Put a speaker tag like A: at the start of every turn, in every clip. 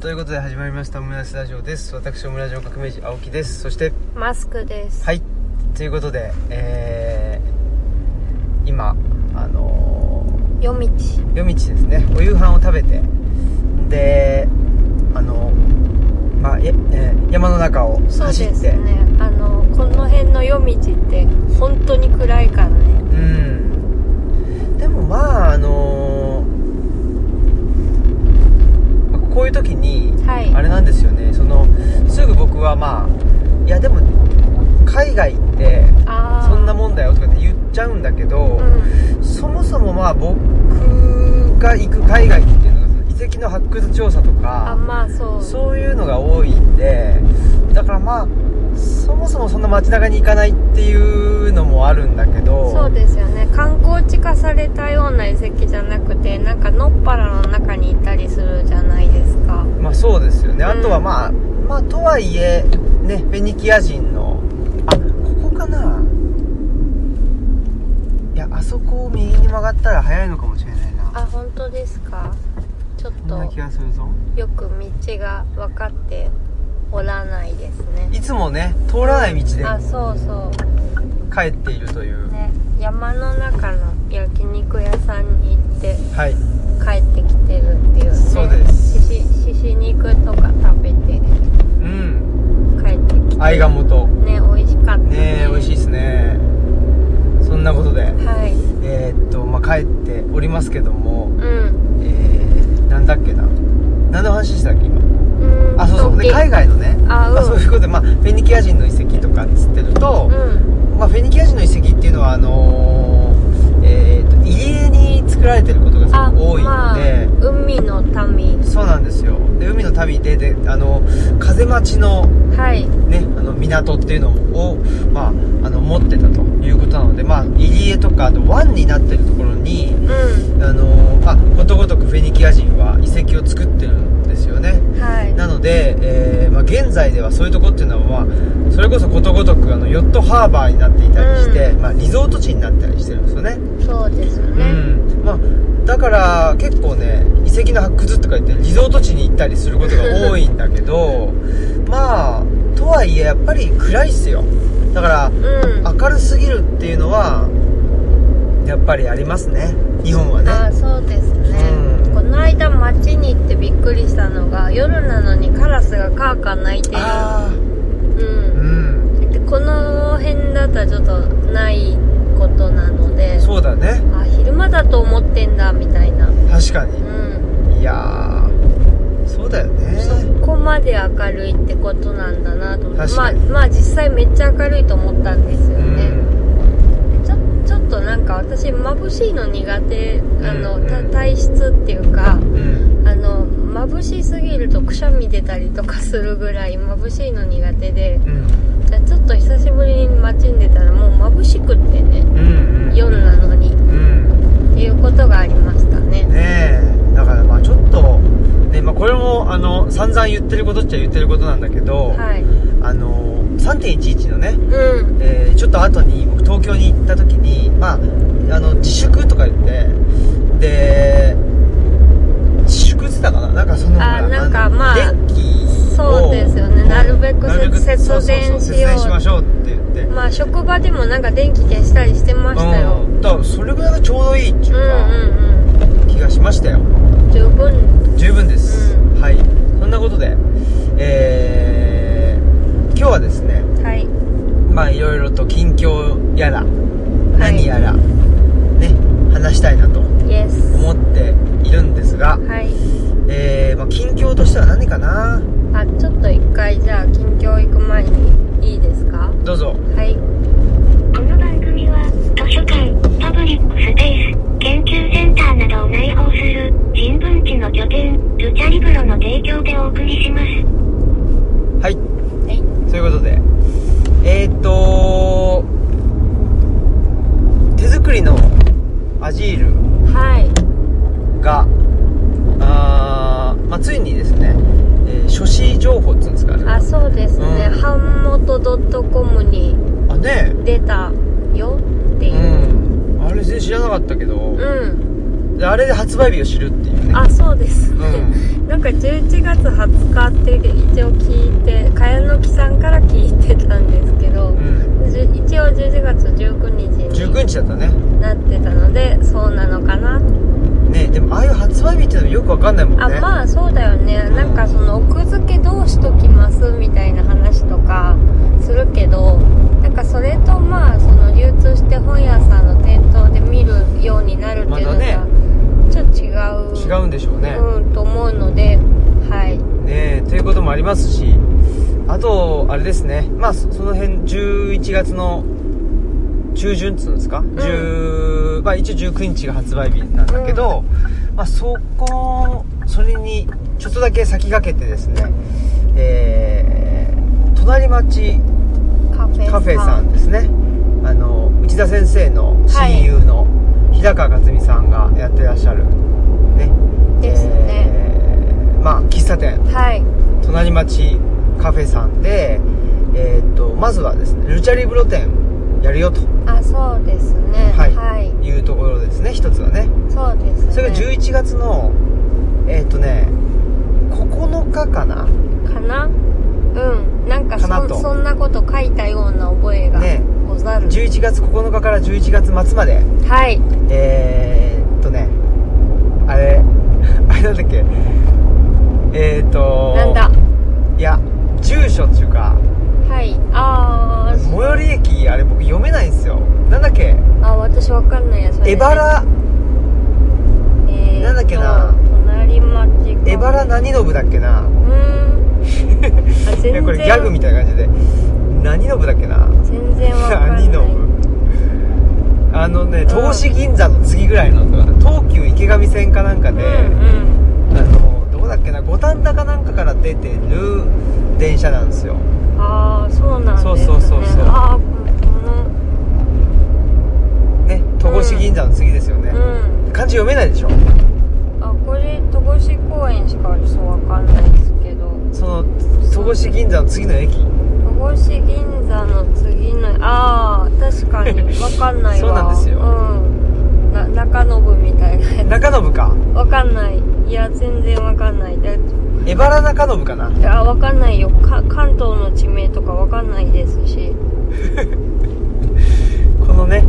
A: ということで始まりましたオムライスラジオです私オムラジオ革命児青木ですそして
B: マスクです。
A: はいということでえー、今あの
B: 夜道。
A: ー夜道ですねお夕飯を食べてであのまあええー山の中を
B: そう
A: 走
B: で
A: っ
B: す
A: て
B: ね。あの、この辺の夜道って本当に暗いからね。
A: うんでもまああのーまあこういう時に
B: はい
A: あれなんですよね、そのすぐ僕はまあいやでも海外って
B: ああ。
A: そんな問題よとかって言っちゃうんだけど
B: う、ん。
A: そもそもまあ僕が行く海外っていうのがその遺跡の発掘調査と
B: あ、
A: か
B: まあそう。
A: そういうのが多いんでだからまあそもそもそんな街中に行かないっていうのもあるんだけど
B: そうですよね。観光地化されたような遺跡じゃなくて、なんかのっぱらの中にいたりするじゃないですか。
A: まあそうですよね。
B: うん
A: あとはまあ、まあとはいえ、ね、フェニキア人の、あ、ここかないや、あそこを右に曲がったら早いのかもしれないな。
B: あ、本当ですか。ちょっ
A: そんな気
B: と
A: がするぞ。
B: よく道が分かっておらないですね。
A: いつもね、通らない道で
B: あ、そうそう。
A: 帰っているという。
B: ね、山の中の焼肉屋さんに行って
A: はい。
B: 帰ってきてるっていうね
A: そうです
B: しししし肉とか食べて
A: うん。
B: 帰ってきて
A: 愛が元。
B: ね美味しかったね
A: ねえ、美味しい
B: い
A: ですね。そんなことで、
B: はい
A: えーっと、まあ帰っておりますけども、
B: うん
A: えー、なんだっけな。何の話したっけ今。
B: うん
A: あそうそうで
B: 時
A: 海外のね
B: あうん
A: そういうことで、まあ、フェニキア人の遺跡とかっつってると
B: う、ん
A: まあ、フェニキア人の遺跡っていうのはあのーえーと入り江に作られてることがす
B: あ
A: ごく多い
B: ま
A: の
B: あ
A: で、
B: 海の民
A: そうなんですよで海の旅でであの風待ちの,、
B: はい
A: ね、あの港っていうのを、まあ、あの持ってたということなので、まあ、入り江とかあと湾になってるところに
B: う
A: あのーあことごとくフェニキア人は遺跡を作ってるんですよね
B: んはい
A: なので、えーまあ、現在ではそういうとこっていうのは、まあ、それこそことごとくあのヨットハーバーになっていたりして、
B: うん
A: まあ、リゾート地になったりしてるんですよね
B: そうです
A: う
B: ね、
A: ん、まあ、だから結構ね遺跡の発掘とか言ってリゾート地に行ったりすることが多いんだけ どまあとはいえやっぱり暗いっすよだから
B: うん
A: 明るすぎるっていうのはやっぱりありますね日本はね
B: あそうですね、
A: うん
B: この間街に行ってびっくりしたのが夜なのにカラスがカーカー鳴いてる
A: あ
B: うん
A: あうん
B: でこの辺だったらちょっとないことなので
A: そうだね
B: あ昼間だと思ってんだみたいなう
A: 確かに
B: ん
A: いやーそうだよね
B: そこまで明るいってことなんだなと思って
A: 確
B: ま
A: か
B: あ
A: に
B: まあ実際めっちゃ明るいと思ったんですよ
A: う
B: ね、
A: ん
B: ちょちょっとなんか私眩しいの苦手あの、
A: うん
B: た体質っていうか
A: うん
B: あの眩しすぎるとくしゃみ出たりとかするぐらい眩しいの苦手で
A: うん
B: じゃあちょっと久しぶりに街に出たらもう眩しくってね
A: うんうん
B: 夜なのに
A: うん
B: っていうことがありましたね
A: ねえだからまあちょっとねまあこれもあの散々言ってることっちゃ言ってることなんだけど、
B: はい
A: あの3.11のね
B: うん
A: えーちょっと後に僕東京に行った時に、まあ、あの自粛とか言ってで自粛って言ったかななんかその
B: あ
A: ほら
B: なんか
A: の
B: まあ
A: 電気を
B: そうですよねなるべく
A: なるべく
B: 節
A: そうそうそう
B: 電しよう
A: 節電しましょうって言って
B: まあ職場でもなんか電気消したりしてましたよ
A: うん、だからそれぐらいがちょうどいいっていううんか、
B: うん
A: 気がしましたよ
B: うん十分
A: 十分です、
B: う
A: はいそんなことでえー、今日はですね
B: はい
A: まあいろいろと近況やら何やら、ね話したいなと
B: イエス
A: 思っているんですが、
B: はい
A: えーまあ、近況としては何かな
B: あちょっと一回じゃあ近況行く前にいいですか
A: どうぞ
B: はい
C: この番組は図書館、パブリックスペース、研究センターなどを内包する人文地の拠点、ルチャリブロの提供でお送りします。
A: はい
B: はい
A: ということでえー、っと手作りのアジール
B: はい
A: があー、まあ、ついにですね、えー書誌情報っつうんですか
B: あ
A: ね
B: そうですね
A: うん
B: 版元 .com に
A: あね
B: 出たよって
A: え
B: いう
A: うんあれ全然知らなかったけど、
B: うん
A: であれで発売日を知るっていうね
B: あそうです
A: う
B: ね、
A: ん
B: なんか11月20日って一応聞いて茅野木さんから聞いてたんですけど、
A: う ん
B: じゅ一応11月19日
A: 19日だったね
B: になってたのでそうなのかな、
A: ねでもああいう発売日ってのもよくわかんないもんね
B: あまあそうだよね、
A: うん
B: なんかその奥付けどうしときますみたいな話とかするけどなんかそれとまあその流通して本屋さんの店頭で見るようになるっていう
A: ま
B: のが、
A: たね
B: ちょっと違う
A: 違うんでしょうね、
B: うんと思うのではい
A: ねえということもありますしあとあれですねまあそその辺11月の中旬っつうんですか、10まあ一応19日が発売日なんだけど、まあそこそれにちょっとだけ先駆けてですねえー、隣町
B: カフェ
A: カフェさんですねあの内田先生の親友の日高克美さんがやってらっしゃるね
B: ですね
A: えーまあ喫茶店
B: はい
A: 隣町カフェさんで、えーっとまずはですねルチャリブロ展やるよと
B: あそうですね
A: は
B: はいい、
A: いうところですね一つはね
B: そうですね
A: それが11月のえーっとね9日かな
B: かなうんなんかそ
A: かなと
B: そんなこと書いたような覚えが
A: ね
B: ござる、
A: 11月9日から11月末まで
B: はい
A: えー、っとねあれ あれなんだっけえー、っと
B: なんだ
A: いや住所っていうか
B: はいあ
A: 最寄り駅あれ僕読めないんですよなんだっけ
B: ーあ私わかんないやそれ
A: エバラ
B: えーと
A: なんだっけな
B: 隣町
A: エバラ何信だっけな
B: うーんあ 全
A: いや
B: 然
A: これギャグみたいな感じで何信だっけな
B: 全然わか んな
A: 何
B: い
A: 信あのね
B: ん
A: 東市銀座の次ぐらいの東急池上線かなんか
B: うん
A: で、
B: うん
A: あのどこだっけな五反田かなんかから出てる電車なんですよ
B: ああそうなんですね
A: そうそうそうそう
B: ああこの
A: ね戸越銀座の次ですよね、
B: うん
A: 漢字読めないでしょ
B: あこれ戸越公園しかそうわかんないですけど
A: その戸越銀座の次の駅
B: 戸越銀座の次のああ確かに わかんないわ
A: そうなんですよ
B: うんな中信みたいな や
A: 中信か
B: つわかんないいや全然わかんないだ
A: エバラ中信かな
B: あわかんないよか関東の地名とかわかんないですし
A: このね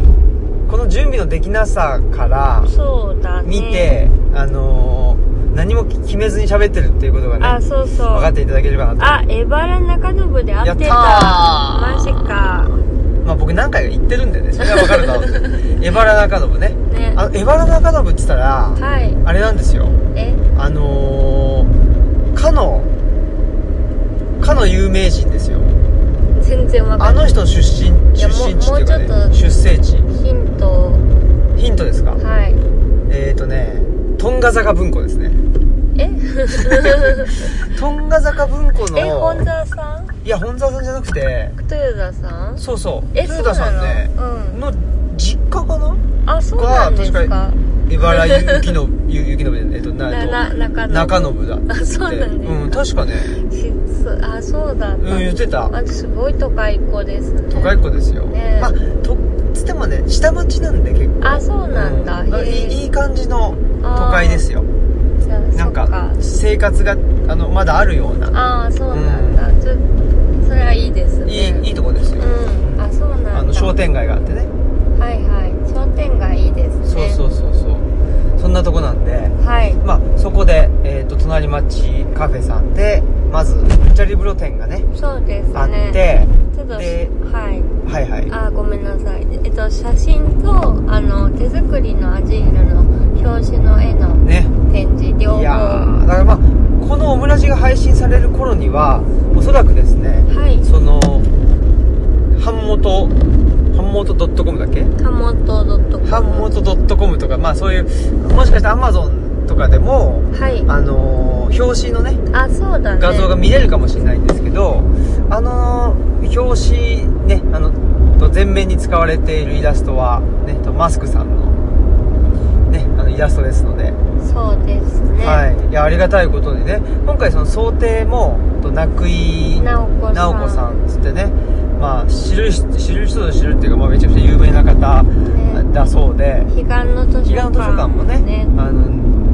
A: この準備のできなさから
B: そうだね
A: 見て、あのー何も決めずに喋ってるっていうことが
B: あ
A: ね
B: そうそう
A: 分かっていただければなと
B: あエバラ中信で合ってた
A: やったー
B: マジか
A: まあ僕何回か言ってるんでねそれは分かると思 うんですけどエバラ中信ね
B: ね
A: あのエバラ中信って言ったら
B: はい
A: あれなんですよ
B: え
A: あのー、かのかの有名人ですよ
B: 全然わか
A: あ
B: んな
A: の
B: い
A: 人の出身
B: い
A: 出
B: やも
A: 身地っていうか、ね、
B: もうちょっと
A: 出生地
B: ヒント
A: ヒントですか
B: はい
A: えっ、ー、とねトンガ坂文庫ですね
B: え
A: トンガ坂文庫の
B: え本沢さん
A: いや本沢さんじゃなくて
B: 豊田さん
A: そうそう
B: え
A: 豊田さんね
B: そうなのうん
A: の実家かな
B: あそうなんです
A: が確
B: か
A: かエバラユキノユユキノえっとな
B: なな中
A: 中
B: 信
A: 信だって
B: あそうなんですか
A: うん確かね
B: しそあそうだった
A: うん言ってた
B: あすごい都会っ子ですね
A: 都会っ子ですよ、
B: ねえ
A: まあとつってもね下町なんで結構
B: あそうなんだ、
A: うい
B: へえ
A: いいい感じの都会ですよ
B: じゃあ
A: なん
B: そっ
A: か
B: か
A: 生活があのまだあるような
B: ああそうなんだ、ちょそれはいいです
A: いい
B: ね
A: いいとこですよ、
B: うんあそうなんだ
A: あの商店街があってね
B: はいはい商店街いいですね
A: そうそうそうそうそんなとこなんで
B: はい
A: まあそこで、えー、と隣町カフェさんでまずチャリブロ店がね
B: そうですね
A: あって、
B: ちょっと
A: で
B: はい
A: はいはい
B: あーごめんなさいえっと写真とあの手作りのアジールの表紙の絵の
A: ね
B: 展示両
A: い
B: 方
A: や
B: は
A: ーだからまあこのオムラジが配信される頃にはおそらくですね
B: い
A: その版元版元 .com だっけ
B: かもとドットコム
A: 版元 .com とかまあそういうもしかして Amazon とかでも
B: はい
A: あのー表紙のね
B: あそうだね
A: 画像が見れるかもしれないんですけどあのー表紙ねあのと前面に使われているイラストは、ね、とマスクさんの,、ね、あのイラストですので、
B: そうですね
A: はい、いやありがたいことにね今回その想定もと中井
B: 直子さん
A: 直子さんっつってね、まあ、知る人知る人ぞ知るっていうか、まあ、めちゃくちゃ有名な方
B: ね
A: だそうで
B: 彼岸の図
A: 彼岸図
B: 書
A: 書館
B: 館
A: もねあの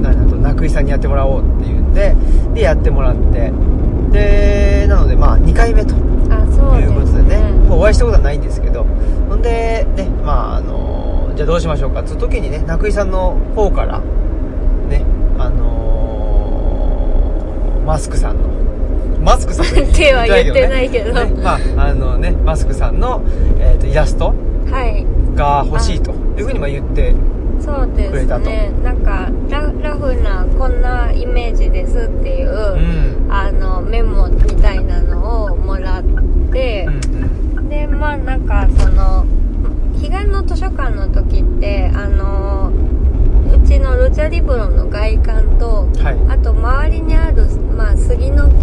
A: ななんと涌井さんにやってもらおうっていうんででやってもらってでなのでまあ2回目と
B: あそう
A: とい
B: で
A: うこと
B: す
A: でね
B: ね
A: もうお会いしたことはないんですけどほんでねまああのじゃあどうしましょうかっつう時にね涌井さんの方からねあのーマスクさんのマスクさん
B: 手は言ってないけど
A: ねまああのねマスクさんの、えーとイラスト
B: はい
A: が欲しいというふうにまあ言って
B: そう
A: く
B: で
A: れ
B: す
A: たと
B: ねなんかララフなこんなイメージですっていうう、
A: ん
B: あのメモみたいなのをもらって
A: う、ん
B: でまあなんかその彼岸の図書館の時ってあのうちのルチャリブロの外観と
A: うんはい
B: あと周りにある、まあ、杉の木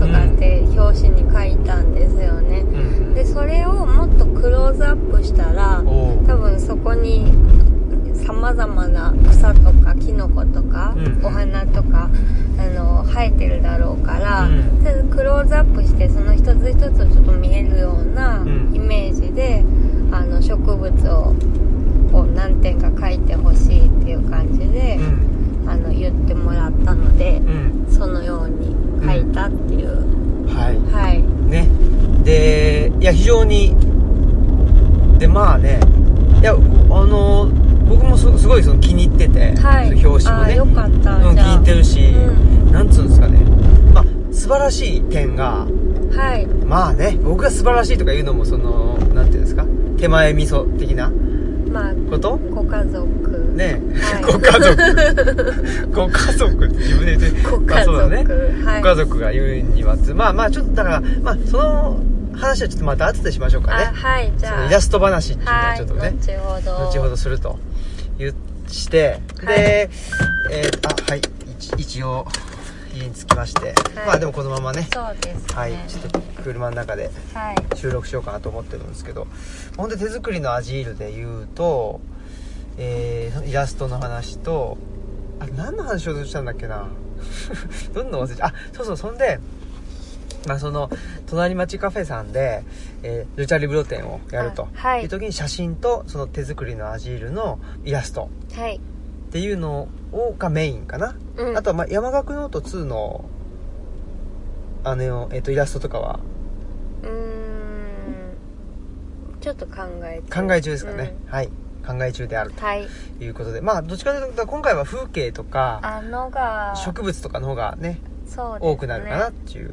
B: とかって表紙に書いたんですよね、
A: うん
B: でそれをもっとクローズアップしたら
A: おー
B: 多分そこにさまざまな草とかキノコとか、
A: うん
B: お花とかあの生えてるだろうから、
A: うん
B: とりあえずクローズアップしてその一つ一つをちょっと見えるような
A: うん
B: イメージで、あの植物をこう何点か描いてほしいっていう感じで、
A: うん
B: あの言ってもらったので、
A: うん
B: そのように描いたっていう、
A: はい
B: はい
A: ねでいや非常にでまあねいやあの僕もすすごいその気に入ってて、
B: はい
A: その表紙も
B: あー
A: ね
B: よかった、
A: うん、気に
B: じゃ
A: 入ってるし、
B: う
A: なんつうんですかねまあ素晴らしい点が
B: あはい
A: まあね僕が素晴らしいとか言うのもそのなんていうんですか手前味噌的な
B: まあ
A: こと
B: ご家族
A: ね、
B: はい
A: ご家族 ご家族って自分で言って
B: ご
A: まあ
B: 家
A: そうだ
B: 族、
A: ね
B: はい
A: ご家族が言うにはつまあまあちょっとだからまあその話はちょっとまた後でしましょうかね
B: あはいじ
A: その
B: ゃあ
A: イラスト話っていうの
B: は
A: はいちょっとね
B: 後ほど
A: 後ほどすると言っして、
B: はい
A: で、えーあはい一一応家に着きまして、まあでもこのままね
B: そうですね
A: はいちょっと車の中で
B: はい
A: 収録しようかなと思ってるんですけどほんで手作りのアジールで言うと、えーそのイラストの話とあれ何の話しようとしたんだっけな どんどん忘れちゃうあそうそうそんでまあその隣町カフェさんで、えールチャリブロ展をやると、
B: あはい
A: いう時に写真とその手作りのアジールのイラスト
B: はい
A: っていうのをがメインかな、
B: うん
A: あとはまあ山岳ノート2のあの、えー、とイラストとかは
B: うーんちょっと考えて
A: 考え中ですかね、、はい考え中である
B: うんはい
A: ということでまあどっちかというと今回は風景とか
B: あのが
A: 植物とかの方がね
B: そうですね
A: 多くなるかなっていう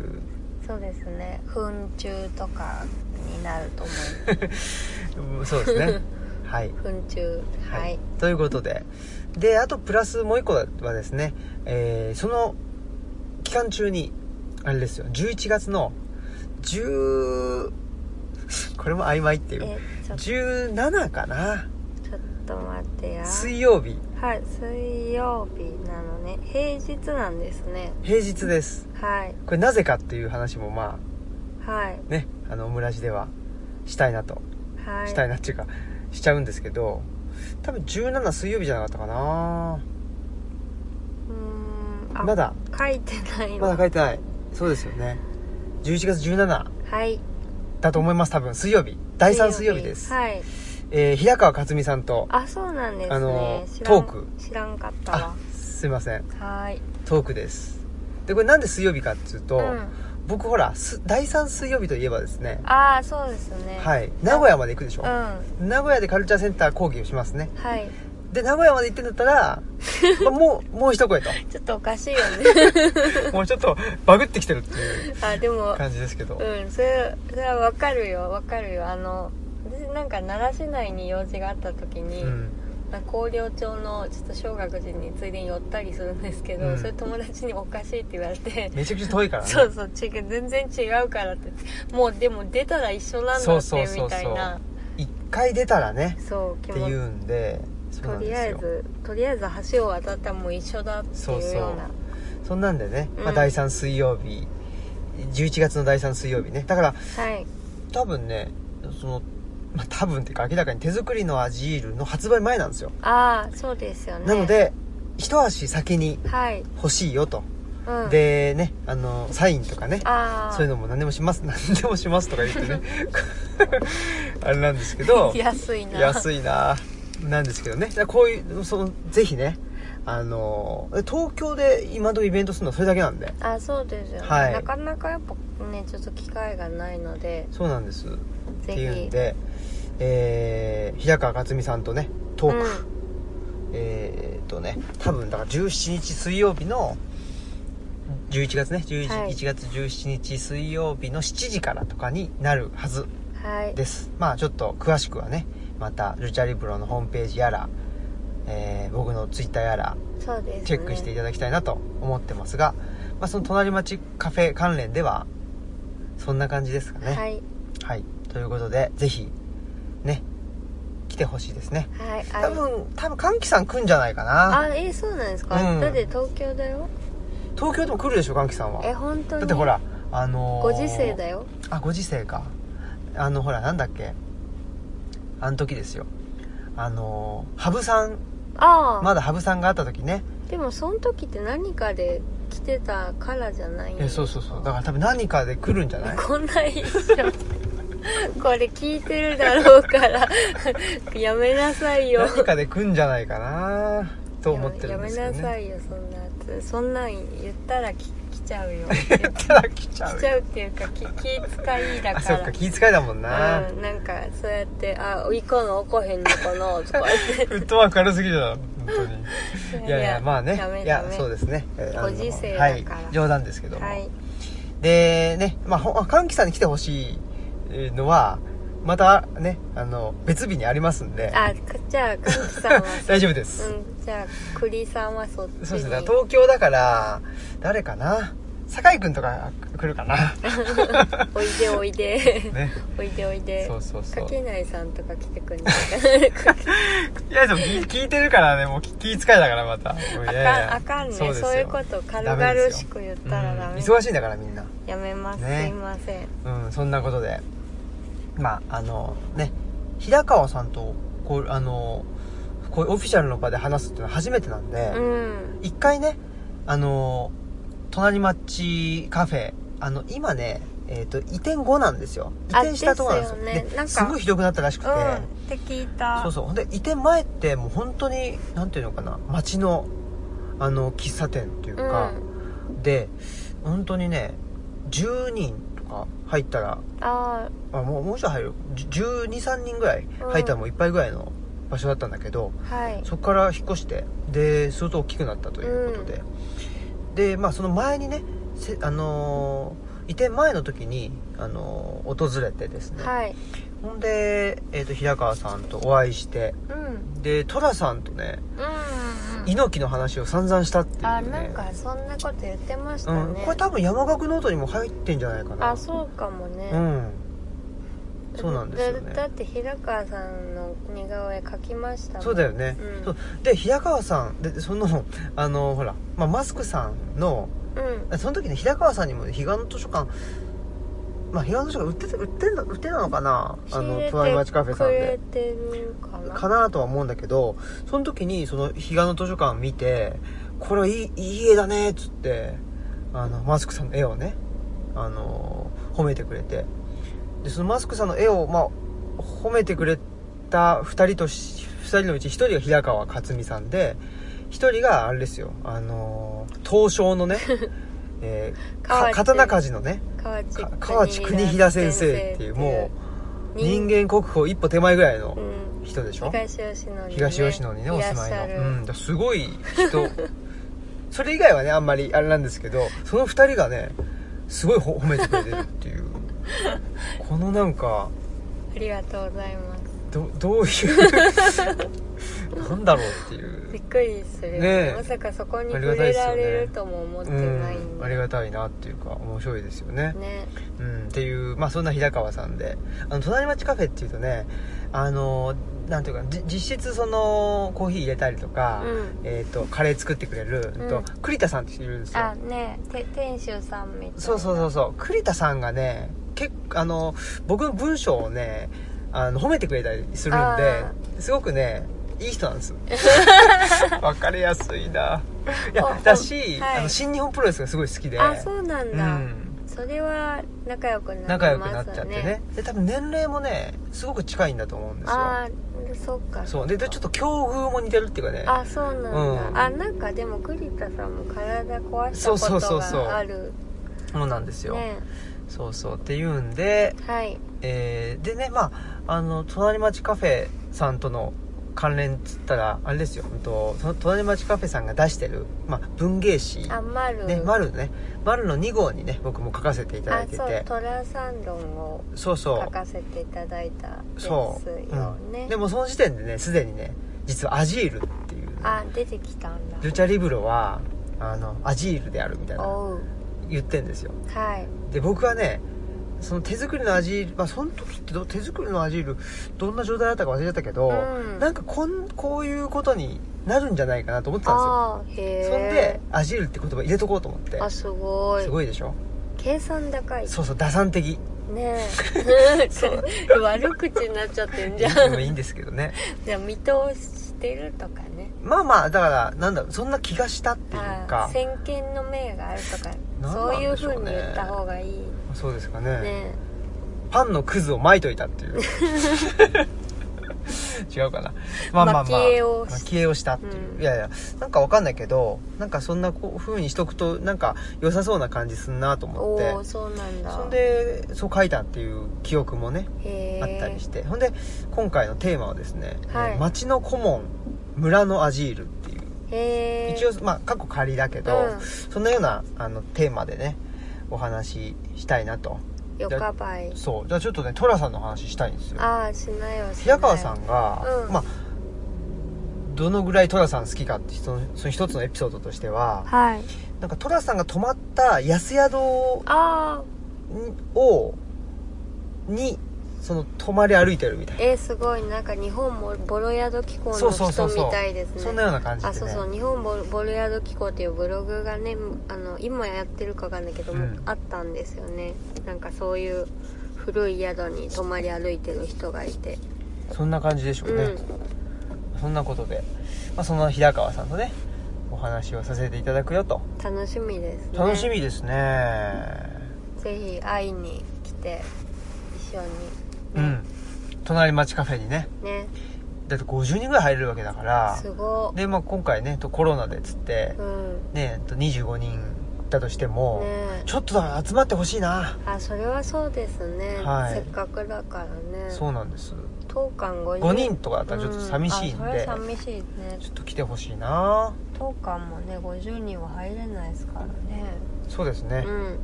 B: そうですね糞虫とかになると思
A: うんそうです ねはい、
B: う糞虫はい、
A: ということでであとプラスもう一個はですね、えーその期間中にあれですよ11月の10これも曖昧っていう
B: えちょち
A: 17かな
B: ょっと待ってや
A: 水曜日
B: はい水曜日なのね平日なんですね
A: 平日です
B: はい
A: これなぜかっていう話もま
B: はい
A: あねあのオムラジではしたいなと
B: はい
A: したいなっていうかしちゃうんですけど多分17水曜日じゃなかったかな
B: うーんあ
A: まだ
B: 書いてない
A: ま
B: わ
A: だ書いてないそうですよね11月17
B: はい
A: だと思います多分水曜日第3水曜日です、
B: はい
A: えー平川克美さんと
B: あそうなんですね
A: あの
B: 知らん
A: トー
B: 知らんかった
A: あ
B: わ
A: すいません
B: はい
A: トークですでこれなんで水曜日かっていうと、
B: うん
A: 僕ほらす第3水曜日といえばですね
B: ああそうですね
A: はい名古屋まで行くでし
B: う
A: ょ
B: ん、は
A: 名古屋でカルチャーセンター講義をしますね
B: い
A: で名古屋まで行ってんだった らまあもうもう一声と
B: ちょっとおかしいよ ね
A: もうちょっとバグってきてるっていう
B: あでも
A: 感じですけど、
B: うんそれそれはわかるよわかるよあの私なんか奈良市内に用事があった時に、
A: うん
B: まあ広陵町のちょっと小学寺についでに寄ったりするんですけど、
A: うん
B: それ友達におかしいって言われて
A: めちゃくちゃ遠いからね
B: そうそう違う全然違うからってもうでも出たら一緒なんだ
A: そう
B: って
A: そうそうそう
B: みたいな
A: 一回出たらね
B: そう気
A: っ
B: 持
A: て
B: ち
A: いうんでそうな
B: と
A: ん
B: り
A: で
B: あ
A: す
B: え
A: よ
B: ずとりあえず橋を渡ったらもう一緒だって
A: そう
B: い
A: そう
B: うような
A: そんなんでね、まあ、
B: うん
A: 第3水曜日11月の第3水曜日ねだから
B: はい
A: 多分ねその、まあ、多分っていうか明らかに手作りのアジールの発売前なんですよ、
B: ああそうですよね
A: なので一足先に
B: はい、
A: 欲しいよと、
B: うん、
A: でねあのサインとかね
B: ああ
A: そういうのも何でもします何でも しますとか言ってねあれなんですけど
B: 安い な
A: 安いななんですけどねだからこういうそのぜひねあの東京で今どイベントするのはそれだけなんで
B: あそうですよね、
A: はい
B: なかなかやっぱねちょっと機会がないので
A: そうなんですって
B: ぜ
A: いうん
B: ひ
A: で、えー、平川克美さんとねトーク、
B: う
A: えーっとね多分だから17日水曜日の11月ね11、
B: はい
A: 1月17日水曜日の7時からとかになるはず
B: んはい
A: ですまあちょっと詳しくはねまたルチャリブロのホームページやら、えー僕のツイッターやら
B: そうです、ね、
A: チェックしていただきたいなと思ってますが、まあ、その隣町カフェ関連ではそんな感じですかね、
B: はいい
A: はい、ということでぜひね来てほしいですね
B: はいあ
A: 多分多分歓喜さん来んじゃないかな
B: あえそうなんですか、
A: うん
B: だって東京だよ
A: 東京でも来るでしょ歓喜さんは
B: え本当に
A: だってほらあのー
B: ご時世だよ
A: あご時世かあのほらなんだっけあの時ですよあのー羽生さん
B: ああ、
A: まだ羽生さんがあった時ね
B: でもその時って何かで来てたからじゃない
A: えそうそうそうだから多分何かで来るんじゃない
B: こんな一緒 これ聞いてるだろうから やめなさいよ
A: 何かで来んじゃないかなと思ってるんですけ
B: や
A: ど
B: め
A: ね
B: なさ
A: い
B: いよそんなやつそんなん言ったらき来ちゃうよ
A: た だ来ちゃう
B: 来ちゃうっていうかき気遣いだ
A: あ
B: か
A: そ
B: ら
A: っか気遣いだもんな、
B: うん、なんかそうやって「あ行こうの来へんのかな」とか言っ
A: フットワーク軽すぎるだろ本当に
B: て
A: いやいやまあね
B: ダメ
A: い
B: ダ
A: や
B: メ
A: そうですねえーあの
B: ご時世だから
A: はい冗談ですけども、
B: はい
A: でねまあほあ歓喜さんに来てほしいえーのはまたねあの別日にありますんで
B: あくじゃあかんきさんは
A: 大丈夫です、
B: うんじゃあ栗さんはそっちに
A: そうですね東京だから誰かな酒井君とか来るか な
B: おいでお いで
A: ね
B: おいでおいで
A: そうそうそう
B: かけないさんとか来てくんないかな
A: いやでも聞聞いてるからねもう気気遣いだからまたもういやいや
B: あかんあかんね
A: そ
B: そうう
A: ですよ
B: いうこと軽々しく言ったらダ
A: うん
B: メ
A: 忙しいんだからみんな
B: やめます、
A: ね
B: すいません
A: うんそんなことでまああのね平川さんとこうあのこういうオフィシャルの場で話すっていうのは初めてなんで、
B: うん
A: 一回ねあの隣町カフェあの今ねえっと移転後なんですよ移
B: あ
A: 転したとこなんですよ
B: ですよね
A: で
B: なんか
A: すごいひどくなったらしくて、
B: うんって聞いた
A: そうそうほんで移転前ってもう本当になんていうのかな街のあの喫茶店というか、
B: ん、
A: で本当にね10人とか入ったら
B: あ
A: あもうもうちょい入る1 2 3人ぐらい入ったらもういっぱいぐらいの場所だったんだけど、
B: あはい
A: そこから引っ越してで相当大きくなったということで、でまあその前にねせあのー移転前の時に、あのー訪れてですね、
B: はい
A: ほんで、えー、と平川さんとお会いして
B: うんうん
A: で寅さんとね
B: うん
A: 猪木の話を散々したっていう、ね、
B: あなんかそんなこと言ってました
A: うん、
B: ね、
A: これ多分山岳ノートにも入ってんじゃないかな
B: あそうかもね、
A: うんそうなんですよ
B: だ
A: ね
B: だって平川さんの似顔絵描きましたもん
A: そうだよね、
B: うん
A: そうで平川さんでそのあのほら、まあ、マスクさんの
B: うん
A: その時ね平川さんにも彼岸の図書館まあ彼岸の図書館売ってて売ってんの売ってたのかなあ
B: 仕入れ
A: の
B: て
A: 隣町カフェさんで
B: くれてるかな
A: かなとは思うんだけどその時にその彼岸の図書館見てこれいいいい絵だねっつってあのマスクさんの絵をねあの褒めてくれてでそのマスクさんの絵を、まあ、褒めてくれた2人とし二人のうち1人が平川克美さんで1人があれですよあの刀匠 のね、えー
B: 河
A: か
B: 内
A: 刀鍛冶のね
B: 川地
A: か河内国平先生っていうもう人間国宝一歩手前ぐらいの
B: うん
A: 人でしょ、
B: 東吉野にね
A: 東吉野にねお住まい
B: らっ
A: の
B: しゃる
A: うんだからすごい人 それ以外はねあんまりあれなんですけどその2人がねすごいほ褒めてくれてるっていうこのなんか
B: ありがとうございます
A: どどういう なんだろうっていう
B: びっくりするよね
A: ねえ
B: まさかそこに
A: あり
B: 触
A: がたい
B: れ
A: ですよね
B: られるとも思って
A: う
B: ないん
A: ん
B: で
A: ありがたいなっていうか面白いですよね
B: ね
A: うん、っていう、まあ、そんな平川さんであの隣町カフェっていうとねあのなんていうかじ実質そのコーヒー入れたりとか、
B: うん
A: えー、とカレー作ってくれる、
B: うん
A: と栗田さんって人いるんですよ
B: あねえて店主さんみたいな
A: そうそうそうそう栗田さんがね結構あの僕の文章をねあの褒めてくれたりするん
B: あ
A: ですごくねいい人なんです わかりやすいない
B: お
A: やだし、
B: はい
A: あの新日本プロレスがすごい好きで
B: あそうなんだ、
A: うん
B: それは仲良くなりますね
A: 仲良くなっちゃってねで多分年齢もねすごく近いんだと思うんですよ
B: ああそっか
A: そうででちょっと境遇も似てるっていうかね
B: あそうなんだ、
A: うん
B: あなんかでも栗田さんも体壊した
A: そうそ
B: こ
A: うそ
B: と
A: うそう
B: がある
A: そうなんですよ、
B: ね
A: そうそうっていうんで、
B: はい
A: えーでねまああの隣町カフェさんとの関連っつったらあれですよ、うんと、その隣町カフェさんが出してる、まあ、文芸誌
B: あマル、
A: ね、丸ね丸の2号にね僕も書かせていただ
B: あ
A: いて
B: そう
A: て
B: トラサンドンを
A: そうそう
B: 書かせていただいたです
A: そう
B: よね、
A: でもその時点でねすでにね実はアジールっていう
B: あ出てきたんだ
A: ルチャリブロはあのアジールであるみたいな
B: おう
A: 言ってんですよ
B: はい
A: で僕はねその手作りのアジール、まあ、その時ってど手作りのアジールどんな状態だったか忘れちゃったけど、
B: うん
A: なんかこんこういうことになるんじゃないかなと思ってたん
B: あー
A: で
B: へ
A: すよ
B: え
A: そんでアジールって言葉入れとこうと思って
B: あすごい
A: すごいでしょ
B: 計算高い
A: そうそう打算的
B: ねえ 悪口になっちゃってんじゃん
A: でもいいんですけどね
B: じゃあ見通してるとかね
A: まあまあだからなんだろうそんな気がしたっていう
B: あ
A: か
B: ー先見の明があるとか、
A: なん
B: そ
A: な
B: う
A: いん
B: う
A: でしょ
B: 風
A: うね
B: に言った方がいいね
A: そうですかねパンのクズをまいといたって いう違うかなまあまあまあ
B: 蒔絵をし
A: 蒔絵をしたっていう、
B: うん
A: いやいやなんかわかんないけどなんかそんなこう風にしとくとなんか良さそうな感じすんなと
B: お
A: 思って
B: おーそうなんだ
A: そんでそう書いたっていう記憶もね
B: へ
A: あったりしてほんで今回のテーマはですね「
B: はい
A: えー町の顧問村のアジール」っていう
B: てへえ
A: 一応まあ過去仮だけど、
B: うん
A: そんなようなあのテーマでねお話ししたいなと
B: よかばい
A: そうじゃあちょっとね寅さんの話したいんですよ
B: ああしないわしない
A: 平川さんが、
B: うん
A: まあどのぐらい寅さん好きかってそのその一つのエピソードとしては
B: はい
A: なんか寅さんが泊まった安宿を
B: ああ
A: をにその泊まり歩いてるみたいな、
B: えー、すごいなんか日本もボロ宿機構
A: そう
B: の
A: そうそ
B: 人
A: うそう
B: みたいですね
A: そんなような感じで、
B: あ
A: ね、
B: そうそう日本ボボルヤード機構っていうブログがねあの今やってるかわかんないけども、
A: うん
B: あったんですよねなんかそういう古い宿に泊まり歩いてる人がいて
A: そんな感じでしょうね、
B: うん
A: そんなことで、まあ、その平川さんとねお話をさせていただくよと
B: 楽しみですね
A: 楽しみですね
B: ぜひ会いに来て一緒
A: う
B: にね
A: ん隣町カフェにね
B: ね
A: だって50人ぐらい入れるわけだから
B: すご
A: で、まあ、今回ねとコロナでっつって
B: う、ん
A: ねえっと25人だとしても、
B: ね
A: ちょっとだから集まってほしいな、
B: あそれはそうですね、
A: はい
B: せっかくだからね
A: そうなんです
B: 当館5
A: 5人とかだったらちょっと寂しいん
B: うんあそれ
A: で、
B: は寂しいね
A: ちょっと来てほしいな
B: 当館もね50人は入れないですからね
A: そうですね
B: う、ん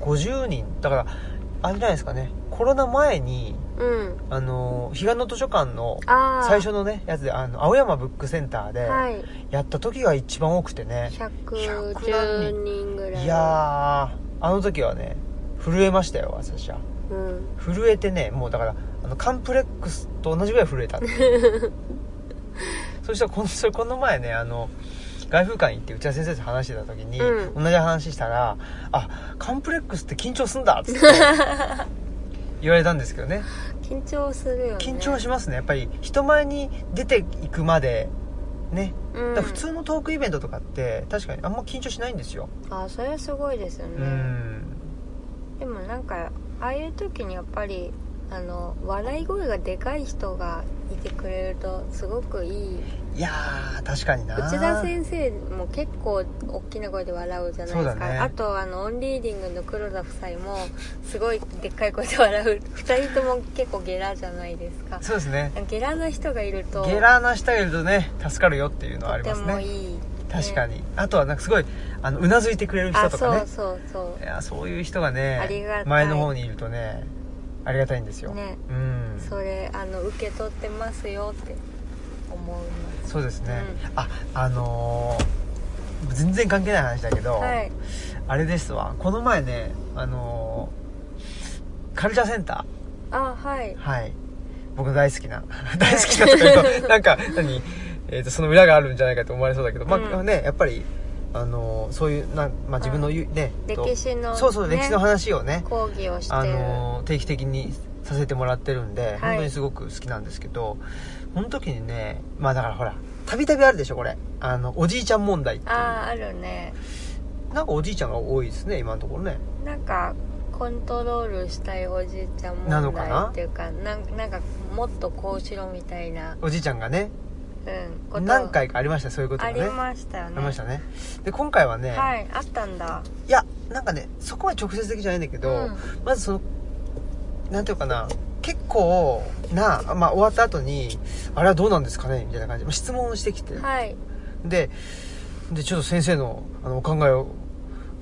A: 50人だからあれじゃないですかねコロナ前に
B: うん
A: あの彼岸の図書館の
B: ああ
A: 最初のねやつであの青山ブックセンターで
B: はい
A: やった時が一番多くてね、
B: 110人ぐらい
A: い、やーあの時はね震えましたよ私は
B: うん、
A: 震えてねもうだからあのカンプレックスと同じぐらい震 えたそしたらこのそれこの前ねあの外風館行って内田先生と話してた時に、
B: う
A: 同じ話したら「あカンプレックスって緊張すんだ」っ つって言われたんですけどね
B: 緊張するよね
A: 緊張しますねやっぱり人前に出ていくまでね
B: うん
A: だから普通のトークイベントとかって確かにあんま緊張しないんですよ、
B: あそれはすごいですよ
A: う
B: ね、
A: ん
B: でもなんかああいう時にやっぱりあの笑い声がでかい人がいてくれるとすごくいい
A: いやー確かにな
B: 内田先生も結構大きな声で笑うじゃないです
A: そう
B: か、
A: だね
B: あとあのオンリーディングの黒田夫妻もすごいでっかい声で笑う2 人とも結構ゲラじゃないですか
A: そうですね
B: ゲラの人がいると
A: ゲラーな人がいるとね助かるよっていうのはあり
B: とて
A: ます
B: もい
A: ね
B: い、
A: 確かにあとはなんかすごいあのうなずいてくれる人
B: あ
A: と
B: そ
A: かね
B: うそうそ
A: いやそういう人がね
B: ありがたい
A: 前の方にいるとねありがたいんですよ、
B: うね
A: うん
B: それあの受け取ってますよって思います
A: そうですね、ああのー全然関係ない話だけど、
B: はい
A: あれですわこの前ねあのーカルチャーセンタ
B: あはい
A: ーはい僕の大好きな 大好きなとか言う となんか何、えー、とその裏があるんじゃないかと思われそうだけど、まあ
B: うん
A: ねやっぱりあのーそういうなん、まあ、自分のゆ、ねと
B: 歴史の、ね、
A: そうそう歴史の話をね
B: 講義をしてる、
A: あのー定期的にさせてもらってるんで、
B: い
A: 本当にすごく好きなんですけどその時にねまあだからほらたびたびあるでしょこれあのおじいちゃん問題っていう
B: あああるね
A: なんかおじいちゃんが多いですね今のところね
B: なんかコントロールしたいおじいちゃん
A: なのかな
B: 問題っていうかなんなんかもっとこうしろみたいな、
A: おじいちゃんがね
B: うん、こと
A: 何回かありましたそういうこと
B: あ
A: がね
B: りましたよね
A: ありましたねで今回はね、
B: はいあったんだ
A: いやなんかねそこは直接的じゃないんだけど、
B: うん
A: まずそのなんていうかな結構な、まあ、終わった後にあれはどうなんですかねみたいな感じで質問してきて、
B: はい
A: ででちょっと先生のあのお考えを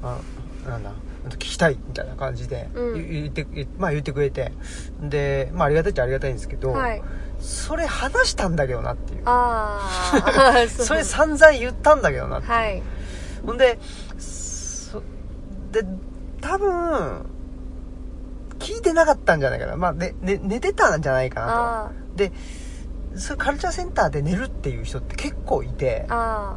A: あなんだあと聞きたいみたいな感じで、
B: うん
A: い言って言,、まあ、言ってくれてで、まあ、ありがたいっちゃありがたいんですけど、
B: はい
A: それ話したんだけどなっていう
B: あ あ
A: それ散々言ったんだけどなって
B: はい
A: ほんでそで多分聞いてなかったんじゃないかな、まあねね、寝てたんじゃないかな
B: あ
A: とでそういうカルチャーセンターで寝るっていう人って結構いて
B: ああ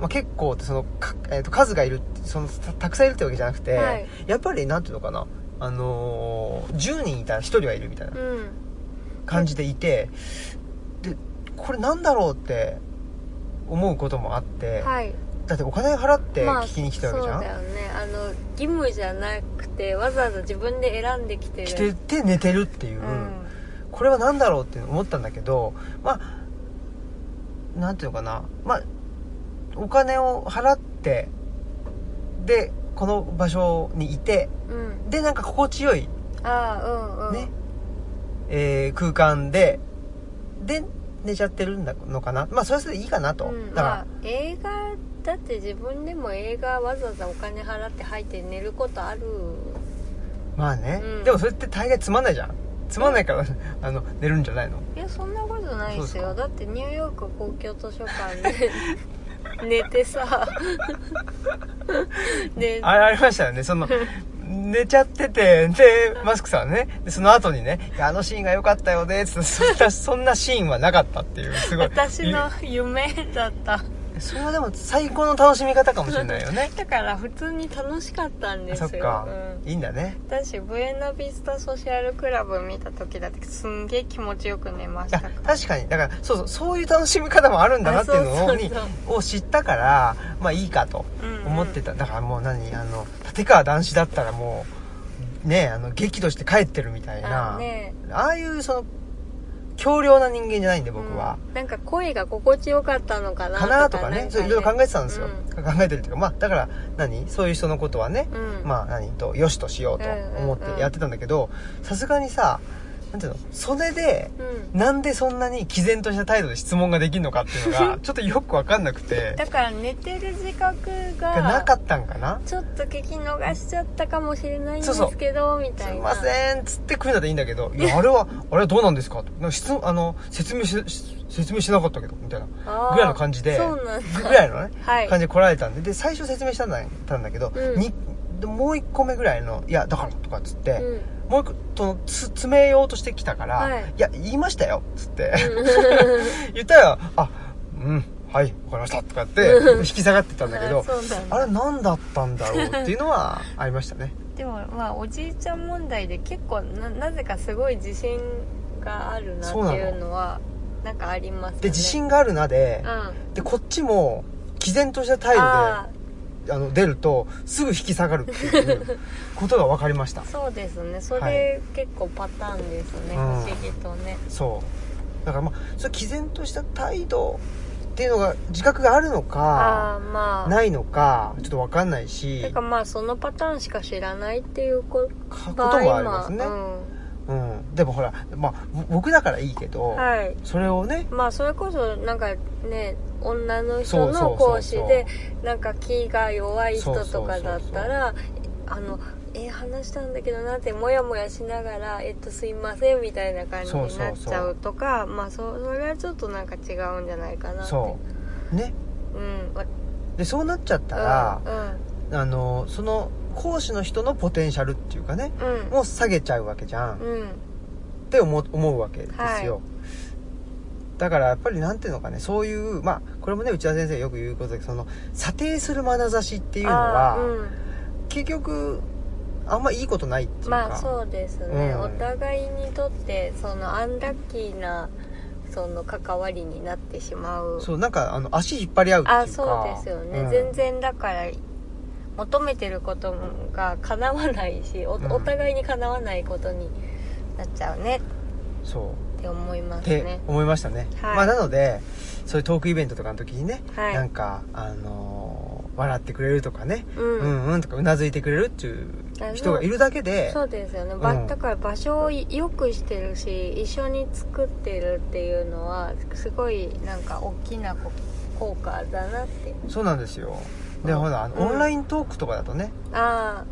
A: まあ、結構ってそのか、えー、と数がいるってそのたたくさんいるってわけじゃなくて、
B: はい
A: やっぱりなんていうのかな、あのー10人いたら1人はいるみたい
B: あ
A: な
B: うん
A: 感じでいて、でこれなんだろうって思うこともあって、
B: はい
A: だってお金払って聞きに来たわけじゃん、
B: まあ、そうだよねあの義務じゃなくてわざわざ自分で選んできてる
A: 来てて寝てるっていう、
B: うん
A: これは何だろうって思ったんだけどまあなんていうのかなまあお金を払ってでこの場所にいて
B: うん
A: でなんか心地よい、
B: ああうんうん
A: ねえー空間でで寝ちゃってるんだのかなまあそれはそれでいいかなと、
B: うん、
A: だか
B: まあ
A: ら、
B: 映画だって自分でも映画わざわざお金払って入って寝ることある
A: まあね、
B: うん
A: でもそれって大概つまんないじゃんつまんないから あの寝るんじゃないの
B: いやそんなことないですよ
A: そうですか
B: だってニューヨーク公共図書 館で寝てさで
A: あれありましたよね その寝ちゃっててでマスクさんはねでその後にね「いやあのシーンが良かったよね」つってそんなそんなシーンはなかったっていうすごい
B: 私の夢だった
A: いそれはでも最高の楽しみ方かもしれないよね
B: だから普通に楽しかったんで
A: あ
B: す
A: そ
B: よ
A: っか、
B: うん
A: いいんだね
B: 私ブエナビスタソシャルクラブ見た時だってすんげえ気持ちよく寝まし
A: いや
B: たから
A: 確かにだからそうそうそういう楽しみ方もあるんだなっていうの
B: あ
A: を
B: そうそう
A: に
B: そう
A: を知ったからまあいいかと
B: うんうん
A: 思ってた、だからもう何あの立川談志だったらもうねあの激怒して帰ってるみたいな
B: あね
A: ああいうその強量な人間じゃないんで僕は、
B: うんなんか声が心地よかったのかな
A: かなとかねそういろいろ考えてたんですよ、
B: う
A: 考えてるっていうかまあだから何そういう人のことはね、
B: うん
A: まあ何とよしとしようと思っ
B: うんうんうん
A: てやってたんだけどさすがにさなんていうのそれで
B: うん
A: なんでそんなに毅然とした態度で質問ができるのかっていうの がちょっとよくわかんなく て
B: だから寝てる自覚
A: がなか
B: が
A: ったんかな
B: ちょっと聞き逃しちゃったかもしれないんで
A: そう
B: す
A: そう
B: けどみ
A: す
B: たい
A: い
B: な
A: ませんっつってくるんだったらいいんだけど「いやあれはあれはどうなんですか?」となんか質問あの説明し説明してなかったけど」みたいな
B: あー
A: ぐらいの感じで
B: そうなん
A: ぐらいのね
B: はい
A: 感じで来られたんでで最初説明したんだたんだけど、
B: うん
A: にでもう1個目ぐらいの「いやだから」とかっつって、
B: うん
A: もう1個とのつ詰めようとしてきたから「
B: はい
A: い、や言いましたよ」っつって 言ったら「あうんはいわかりました」とかって引き下がってたんだけ
B: あ
A: ど
B: そうなんだ
A: あれ何だったんだろうっていうのは ありましたね
B: でもまあおじいちゃん問題で結構ななぜかすごい自信があるなっていうのはなんかありますよね
A: で自信があるなで
B: うん、あ
A: でこっちも毅然とした態度であ
B: あ
A: の出るとすぐ引き下がるっていうことが分かりました
B: そうですねそ
A: は
B: れ結構パターンですね、
A: うん
B: 不思議とね
A: そうだからまあそれ毅然とした態度っていうのが自覚があるの
B: あ
A: か
B: あまあ
A: ないのかちょっと分かんないして
B: かまあそのパターンしか知らないっていうこ
A: かこと
B: 場合
A: もあり
B: は
A: ますね、
B: うん
A: うんでもほら、まあ、ぼ僕だからいいけど、
B: はい
A: それをね
B: まあそれこそなんかね女の
A: そ
B: 人
A: うそうそうそ
B: の
A: う
B: 講師でなんか気が弱い人とかだったらあのえ話したんだけどなってモヤモヤしながら「えっとすいません」みたいな感じになっちゃうとかまあそそれはちょっとなんか違うんじゃないかなって
A: そうね
B: うんわ
A: でそうなっちゃったら、
B: う
A: あのその講師の人のポテンシャルっていうかね
B: んうん
A: もう下げちゃうわけじゃん、っ
B: うんうん
A: て思う思うわけですよ、だからやっぱりなんていうのかねそういうまあこれもね内田先生がよく言うことでその査定する眼差しっていうのは
B: あ、ーうん
A: 結局あんまいいことないっていうか、
B: まあそうですね、
A: うん
B: お互いにとってそのアンラッキーなその関わりになってしまう
A: そうなんかあの足引っ張り合うっていうか
B: あそうですよね、
A: うん
B: 全然だから求めてることが叶わないしお,、
A: うん
B: 互いに叶わないことになっちゃうね
A: そう
B: って思いま
A: っ
B: す
A: て
B: ね
A: 思いましたね、
B: はい
A: まあなのでそういうトークイベントとかの時にね、
B: はい
A: なんかあのー笑ってくれるとかね、
B: うん
A: うんうんとかうなずいてくれるっていう人がいるだけで
B: そうですよね、ば
A: うん
B: だから場所をよくしてるし一緒に作ってるっていうのはすごいなんか大きなこ効果だなって
A: そうなんですよで、
B: うん
A: ほらあの
B: うん
A: オンライントークとかだとね、
B: あ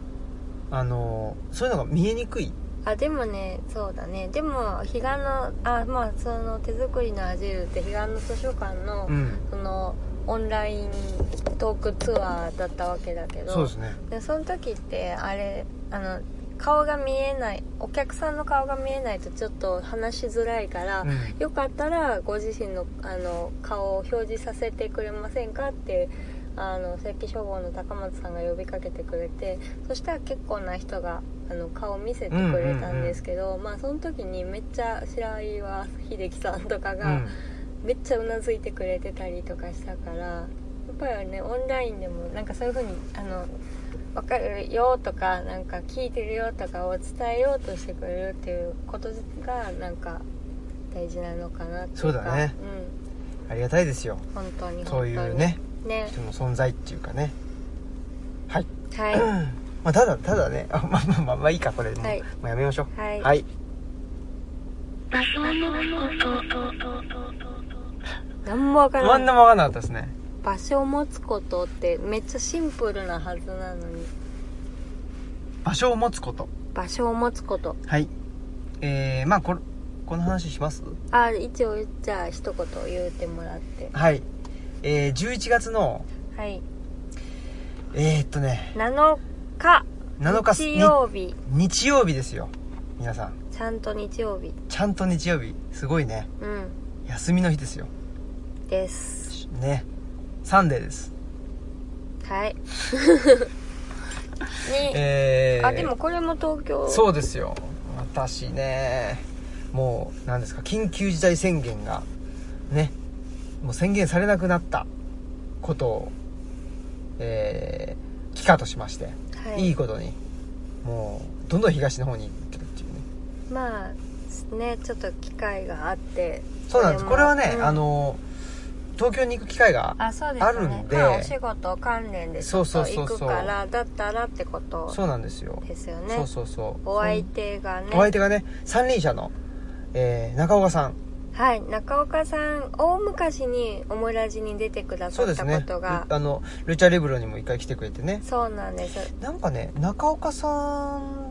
A: あのーそういうのが見えにくい
B: ーあでもねそうだねでも彼岸のあまあその手作りのアジールって彼岸の図書館の、
A: うん
B: そのオンライントークツアーだったわけだけど
A: そうですね
B: でその時ってあれあの顔が見えないお客さんの顔が見えないとちょっと話しづらいから、
A: うん
B: よかったらご自身のあの顔を表示させてくれませんかってあの石器消防の高松さんが呼びかけてくれてそしたら結構な人があの顔を見せてくれたんですけど、まあその時にめっちゃ白岩秀樹さんとか
A: う
B: が、
A: ん
B: めっちゃうなずいてくれてたりとかしたからやっぱりねオンラインでもなんかそういう風にあの分かるよとかなんか聞いてるよとかを伝えようとしてくれるっていうことがなんか大事なのかなっていうか
A: そうだねありがたいですよ
B: うん本当に本当に
A: そういうね
B: ね
A: 人の存在っていうかねはい、
B: は
A: まあ、ただただねあまあまあまあまあいいかこれもう,、
B: はい
A: もうやめましょ
B: いは
A: う
B: い、
A: はい
C: 場所を持つこと。
B: 何も分か
A: 真
B: ら
A: ん
B: ない
A: 中わかんなかったですね
B: 場所を持つことってめっちゃシンプルなはずなのに
A: 場所を持つこと
B: 場所を持つこと
A: はいえー、まあこれこの話します
B: あ一応じゃあ一言言うてもらって
A: はいえー、11月の
B: はい
A: えー、っとね
B: 7日
A: 7日
B: 日曜日
A: に日曜日ですよ皆さん
B: ちゃんと日曜日
A: ちゃんと日曜日すごいね
B: うん
A: 休みの日ですよ
B: です
A: ねサンデーです
B: はいに、
A: えー、
B: あでもこれも東京
A: そうですよ私ねもう何ですか緊急事態宣言がねもう宣言されなくなったことをえー、帰化としまして、
B: はい
A: い、いことにもうどんどん東の方に行ってるっていうね
B: まあねちょっと機会があって
A: そうなんですこれはね、
B: うん
A: あの東京に行く機会が
B: あそうですよね
A: あるんで
B: まあ、お仕事関連でちょっ
A: そ
B: と
A: うそうそ
B: 行
A: うそう
B: くからだったらってこと
A: そうなんですよ
B: ですよね
A: そうそうそう
B: お相手がね
A: お相手がね三輪車の、えー中岡さん
B: はい中岡さん大昔にオムラジに出てくださ
A: そうで
B: っ
A: す
B: た
A: ね
B: ことが
A: あのルチャリブロにも一回来てくれてね
B: そう,、なんです
A: なんかね中岡さん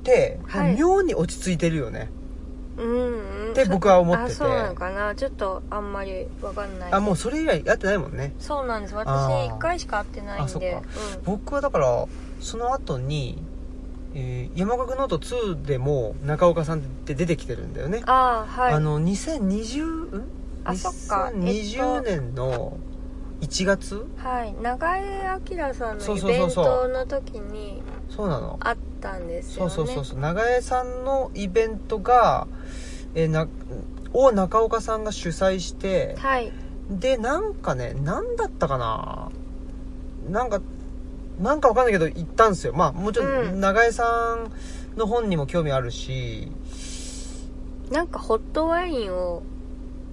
A: って、
B: はい
A: 妙に落ち着いてるよね
B: うん、うん、
A: って僕は思ってて
B: あそうなのかなちょっとあんまりわかんない
A: あもうそれ以来会ってないもんね
B: そうなんです
A: あ
B: 私
A: ー
B: 1回しか会ってない
A: あそ
B: ん
A: っか
B: で
A: 僕はだからその後に、えー山岳ノート2でも中岡さんって出てきてるんだよね
B: うん、ああーはい
A: あの2020ん
B: あそっか
A: 2020年の1月、
B: はい長江明さん
A: そ
B: の
A: う
B: イ
A: そう
B: ベ
A: そう
B: ン
A: そう
B: トの時に
A: そうなの
B: 会ったんですよ
A: そう
B: ね
A: そうそうそう長江さんのイベントが、えーなを中岡さんが主催して
B: はい
A: でなんかね何だったかななんかなんかわかんないけど行ったんですよまあもちろ
B: うんん
A: 長江さんの本にも興味あるし、
B: なんかホットワインを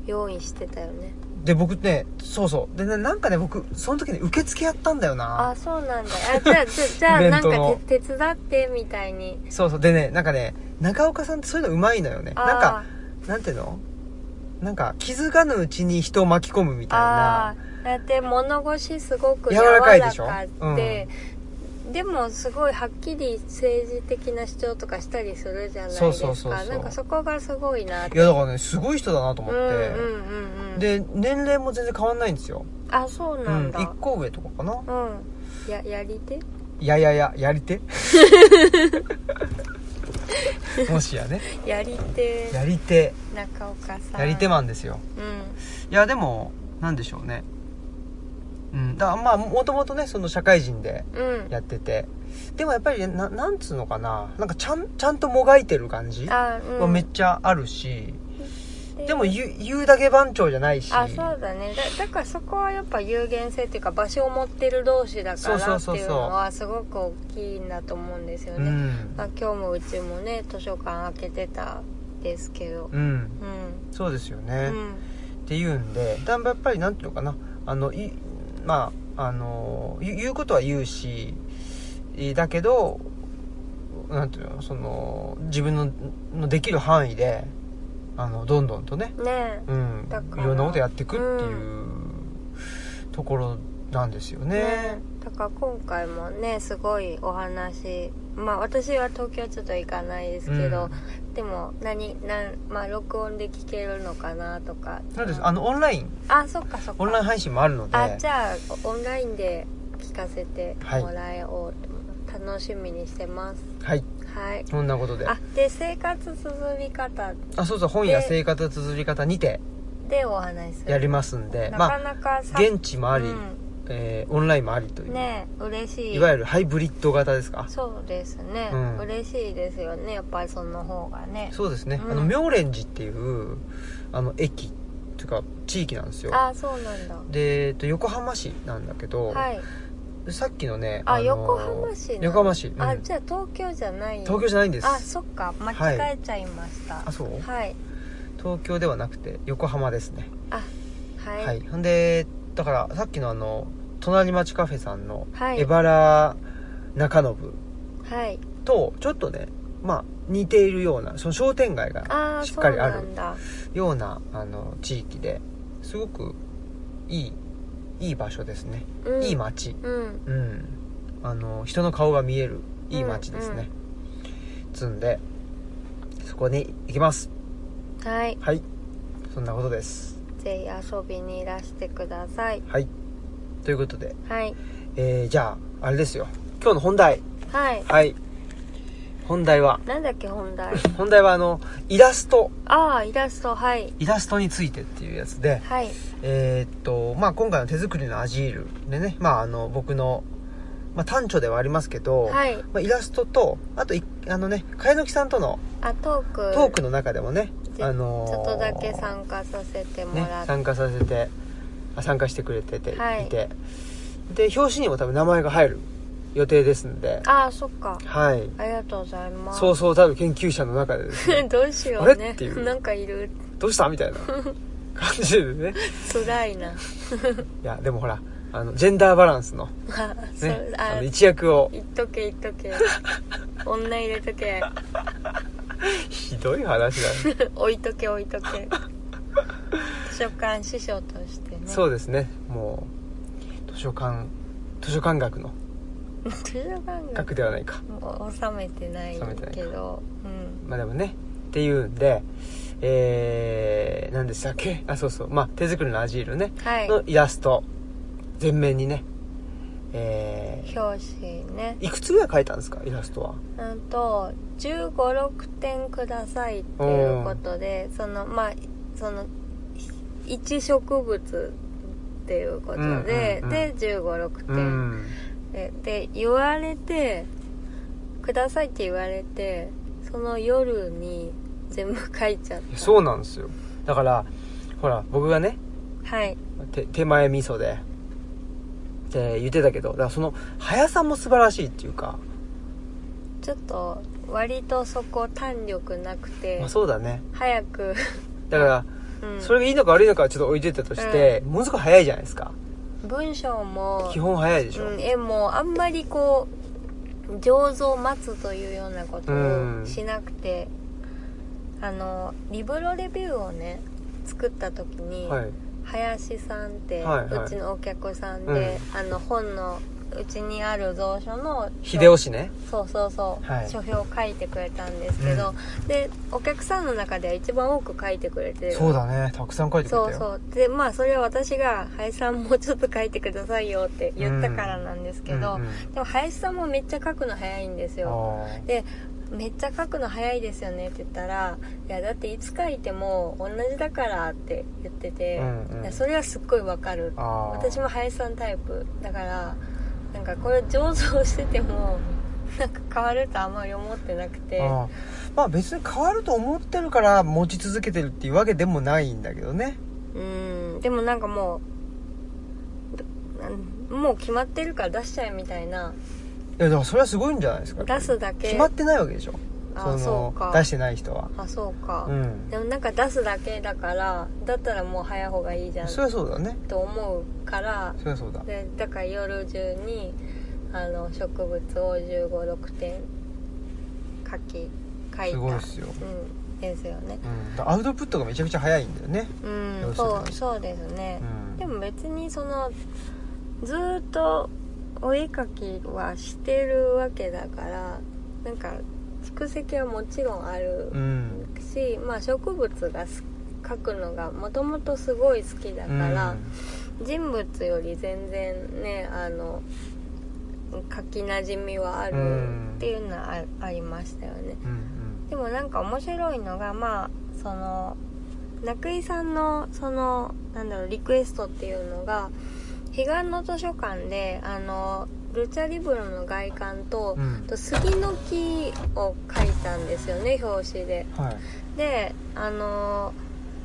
B: 用意してたよね
A: で僕ねそうそうでねなんかね僕その時ね受付やったんだよ
B: あ
A: な
B: そうなんだあじゃあじゃあじゃあ
A: イベ
B: な
A: ン
B: ん
A: ト
B: か
A: の
B: 手手伝ってみたいに
A: そうそうでねなんかね中岡さんってそういうのうまいのよね
B: あー
A: なんかなんていうのなんか気づかぬうちに人を巻き込むみたいな
B: ああだって物腰すごく
A: 柔
B: 柔
A: ら
B: ら
A: か
B: か
A: い
B: い
A: で
B: で
A: しょ
B: でもすごいはっきり政治的な主張とかしたりするじゃないですか
A: そうそうそうそう
B: なんかそこがすごいなっ
A: い
B: て
A: やだからねすごい人だなと思
B: う
A: っ
B: ん
A: て、
B: うんうんうん
A: で年齢も全然変わんないんですよ、
B: あそう
A: う
B: なん
A: ん、
B: だ
A: 1個上とかかな
B: うん、ややり手
A: いやいやいややり 手もしやね
B: やり手
A: やり手
B: 中岡さん
A: やり手マンですよ
B: うん
A: いやでもなんでしょうねうんだからまあもともとねその社会人で
B: うん
A: やっててでもやっぱりねななんつうのかななんかちゃんちゃんともがいてる感じは
B: あ、う
A: めっ
B: ん、
A: ちゃあるし、でも言う言うだけ番長じゃないし
B: あそうだねだだからそこはやっぱ有限性っていうか場所を持ってる同士だ
A: そ
B: か
A: うそ
B: ら
A: う
B: って
A: そうそう
B: いうのはすごく大きいんだと思うんですよ
A: う
B: ね
A: ん
B: まあ、今日もうちもね図書館開けてたですけど
A: うん
B: うん
A: そうですよ
B: う
A: ね、
B: ん
A: っていうんでだんだんやっぱりなんていうのかなあのいまああの言う言うことは言うしだけどなんていうのその自分ののできる範囲であのどんどんとね、
B: ね
A: うん
B: だ、か
A: い
B: ら
A: ろんなことやっていくっていうところなんですよ
B: え
A: ね。
B: だから今回もねすごいお話まあ私は東京ちょっと行かないですけど、でも何なん、まあ、録音で聞けるのかなとか
A: そうですあのオンライン
B: あそっかそっか
A: オンライン配信もあるので
B: あじゃあオンラインで聞かせてもらえを楽しみにしてます
A: はい
B: はい
A: そんなことで
B: あ
A: あ
B: で生活綴り方
A: そうそう本や
B: で
A: 生活綴り方にて
B: でお話しする
A: やりますんで
B: な
A: ま
B: か
A: あ
B: なかさ、
A: 現地もあり、
B: うん
A: えーオンラインもありという、
B: ね嬉しい
A: いわゆるハイブリッド型ですか
B: そうですね、
A: うん
B: 嬉しいですよねやっぱりその方がね
A: そうですね、
B: うん
A: あの妙蓮寺っていうあの駅というか地域なんですよ
B: ああそうなんだ
A: で、えっと、横浜市なんだけど、
B: はい
A: さっきのね
B: あ
A: のー
B: 横浜市な
A: 横浜市、うん
B: あじゃあ東京じゃない
A: 東京じゃないんです
B: あそっか間違えちゃいました
A: あそう
B: はい
A: 東京ではなくて横浜ですね
B: あはい
A: はい、ほんでだからさっきのあの隣町カフェさんの
B: はい
A: 荏原中信
B: はい
A: とちょっとねまあ似ているようなその商店街
B: あ
A: が
B: あ
A: しっ
B: そ
A: か
B: う
A: りあ
B: な
A: る
B: んだ
A: ようなあの地域ですごくいいいい場所ですね、
B: うん
A: いい街
B: うん
A: うんあの人の顔が見えるいい街ですね、つんでそこに行きます
B: はい
A: はいそんなことです
B: ぜひ遊びにいらしてください
A: はいということで、
B: はい
A: えーじゃああれですよ今日の本題
B: はい
A: はい本題は
B: なんだっけ本題
A: 本題はあのイラスト
B: ああイラストはい
A: イラストについてっていうやつで
B: はい
A: えーっと、まあ、今回の手作りのアジールでね、まあ、あの、僕の、まあ、短所ではありますけど、
B: はい
A: まあ、イラストと、あとい、あのね、かえのきさんとの
B: あトーク
A: トークの中でもね、あのー
B: ちょっとだけ参加させても
A: ね
B: ら、って、
A: 参加させて、あ参加してくれてて、
B: はい
A: いて、で、表紙にも多分名前が入る予定ですんで、
B: ああそっか
A: はい。
B: ありがとうございます、
A: そうそうたる研究者の中でですね
B: どうしよ
A: あ
B: う
A: れ
B: ね
A: っていう
B: なんかいる
A: どうしたみた いな感じでね。
B: 辛いな
A: いや、でもほら、あの、ジェンダーバランスの、
B: あそ
A: ね
B: う、
A: あ
B: あ
A: の一役を、
B: 言っとけ言っとけ女入れとけ
A: ひどい話だね。
B: 置いとけ置いとけ図書館師匠としてね
A: そうですねもう図書館図書館学の
B: 図書館が
A: 学ではないか
B: もう収めてない
A: 収めてない
B: けどうん
A: まあでもねっていうんでえー、何でしたっけあそうそうまあ手作りのアジールね
B: はい
A: のイラスト全面にねえ
B: 表紙ね
A: ー、いくつぐらい描いたんですかイラストは
B: うんと1 5 6点くださいっていうことでそのまあその一植物っていうこと
A: う
B: で、
A: んうんうん
B: で1 5 6
A: う
B: 点、
A: ん
B: えで言われて「ください」って言われてその夜に全部書いちゃっ
A: いや
B: た
A: そうなんですよだからほら僕がね
B: はい
A: 手手前味噌でって言ってたけどだからその速さも素晴らしいっていうか、
B: ちょっと割とそこ弾力なくて
A: まあ、そうだね
B: 早く、
A: だから
B: うん、
A: それがいいのか悪いのかはちょっと置いといたとして、ものすごい早いじゃないですか
B: 文章も
A: 基本早いでしょ、
B: うん、絵もあんまりこう醸造を待つというようなこと
A: うん
B: をしなくて、あのリブロレビューをね作った時に、
A: はい
B: 林さんって、
A: はいはいう
B: ちのお客さんで、あの本のうちにある蔵書の
A: 秀吉ね
B: そうそうそう、
A: はい
B: 書評を書いてくれたんですけど、でお客さんの中では一番多く書いてくれて
A: そうだねたくさん書いてくれた
B: そ
A: よ
B: うそうでまあそれは私が「林さんもうちょっと書いてくださいよ」って言ったからなんですけど、
A: うんうん
B: でも林さんもめっちゃ書くの早いんですよ
A: あー
B: で「めっちゃ書くの早いですよね」って言ったら「いやだっていつ書いても同じだから」って言ってて、
A: うんうん
B: いやそれはすっごいわかる
A: あー
B: 私も林さんタイプだからなんかこれ上手してても なんか変わるとあんまり思ってなくて
A: あーまあ別に変わると思ってるから持ち続けてるっていうわけでもないんだけどね
B: うんでもなんかもうどなんもう決まってるから出しちゃえみたいない
A: やだからそれはすごいんじゃないですか
B: 出すだけ
A: 決まってないわけでしょ
B: あ
A: そ
B: そう
A: の
B: か
A: 出してない人は
B: あそうか、
A: うん
B: でもなんか出すだけだからだったらもう早い方がいいじゃん
A: そりゃそうだね
B: と思うから
A: そりゃそうだ
B: でだから夜中にあの植物を1 5 6点書き書い
A: す
B: た
A: ごいっすよ、
B: うんですよね
A: うん、だアウトプットがめちゃくちゃ早いんだよね
B: うん、
A: 要するに
B: そうそうですね
A: う、ん
B: でも別にそのずーっとお絵かきはしてるわけだからなんか蓄積はもちろんある
A: うん
B: し、まあ植物がす描くのがもともとすごい好きだから、人物より全然ねあの書きなじみはあ
A: うん
B: るっていうのはあありましたよね
A: うんうん
B: でもなんか面白いのがまあその中井さんのそのなんだろうリクエストっていうのが彼岸の図書館であのルチャリブロの外観と
A: う、ん
B: と杉の木を描いたんですよね表紙で。
A: はい
B: であの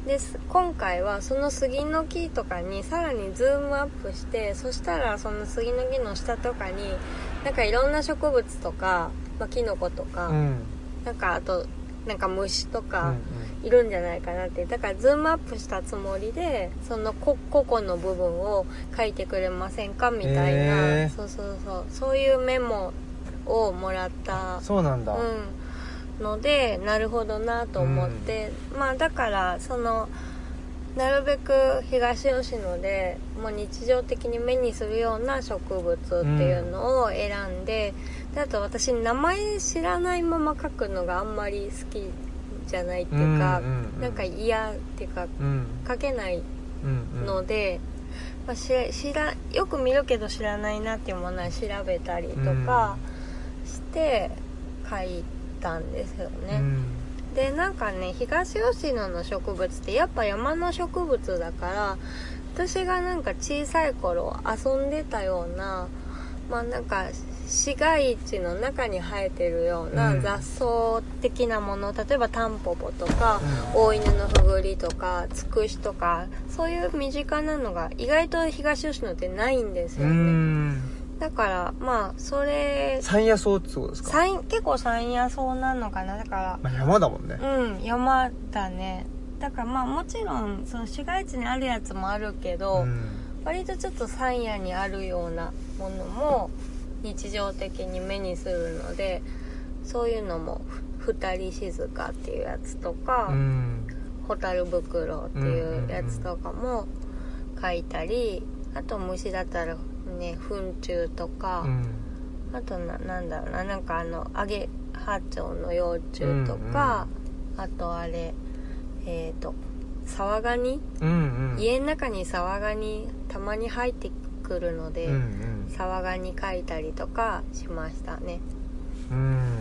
B: です今回はその杉の木とかにさらにズームアップしてそしたらその杉の木の下とかになんかいろんな植物とか、まあ、キノコとか、
A: うん
B: なんかあとなんか虫と
A: う
B: か
A: ん
B: いるんじゃないかなってだからズームアップしたつもりでその個個々の部分を書いてくれませんかみたいな、
A: へー
B: そうそうそうそういうメモをもらった
A: うんそうなんだ、
B: うん、のでなるほどなと思って、まあだからそのなるべく東吉野でもう日常的に目にするような植物っていうのを選んで,、であと私名前知らないまま書くのがあんまり好きじゃないっていうか、
A: うんうん
B: なんか嫌っていうか
A: うん
B: 書けない
A: うんうん
B: ので、まあ、し知らよく見るけど知らないなっていうものは調べたりとかして書いたんですよ
A: う
B: ね、
A: ん
B: でなんかね東吉野の植物ってやっぱ山の植物だから私がなんか小さい頃遊んでたようなまあなんか市街地の中に生えてるよう
A: う
B: なん雑草的なもの、例えばタンポポとか、
A: う
B: 大犬のふぐりとかつくしとかそういう身近なのが意外と東吉野ってないんですよ
A: う
B: ね
A: ん
B: だからまあそれ
A: 山野草ってことですか、
B: 山結構山野草なのかなだか
A: まあ、山だもんね、
B: らうん山だねだからまあもちろんその市街地にあるやつもあるけど、
A: うん
B: 割とちょっと山野にあるようなものも日常的に目にするのでそういうのも「ふ二人静か」っていうやつとか、
A: うん
B: ホタル袋っていうやつとかも書いたり、あと虫だったらね糞虫とか、
A: うん
B: あとななんだろうななんかあのアゲハチョウの幼虫とか、あとあれえっ、とサワガニ、
A: うんうん
B: 家の中にサワガニたまに入ってくるので、
A: うんうん
B: サワガニ書いたりとかしましたね
A: うん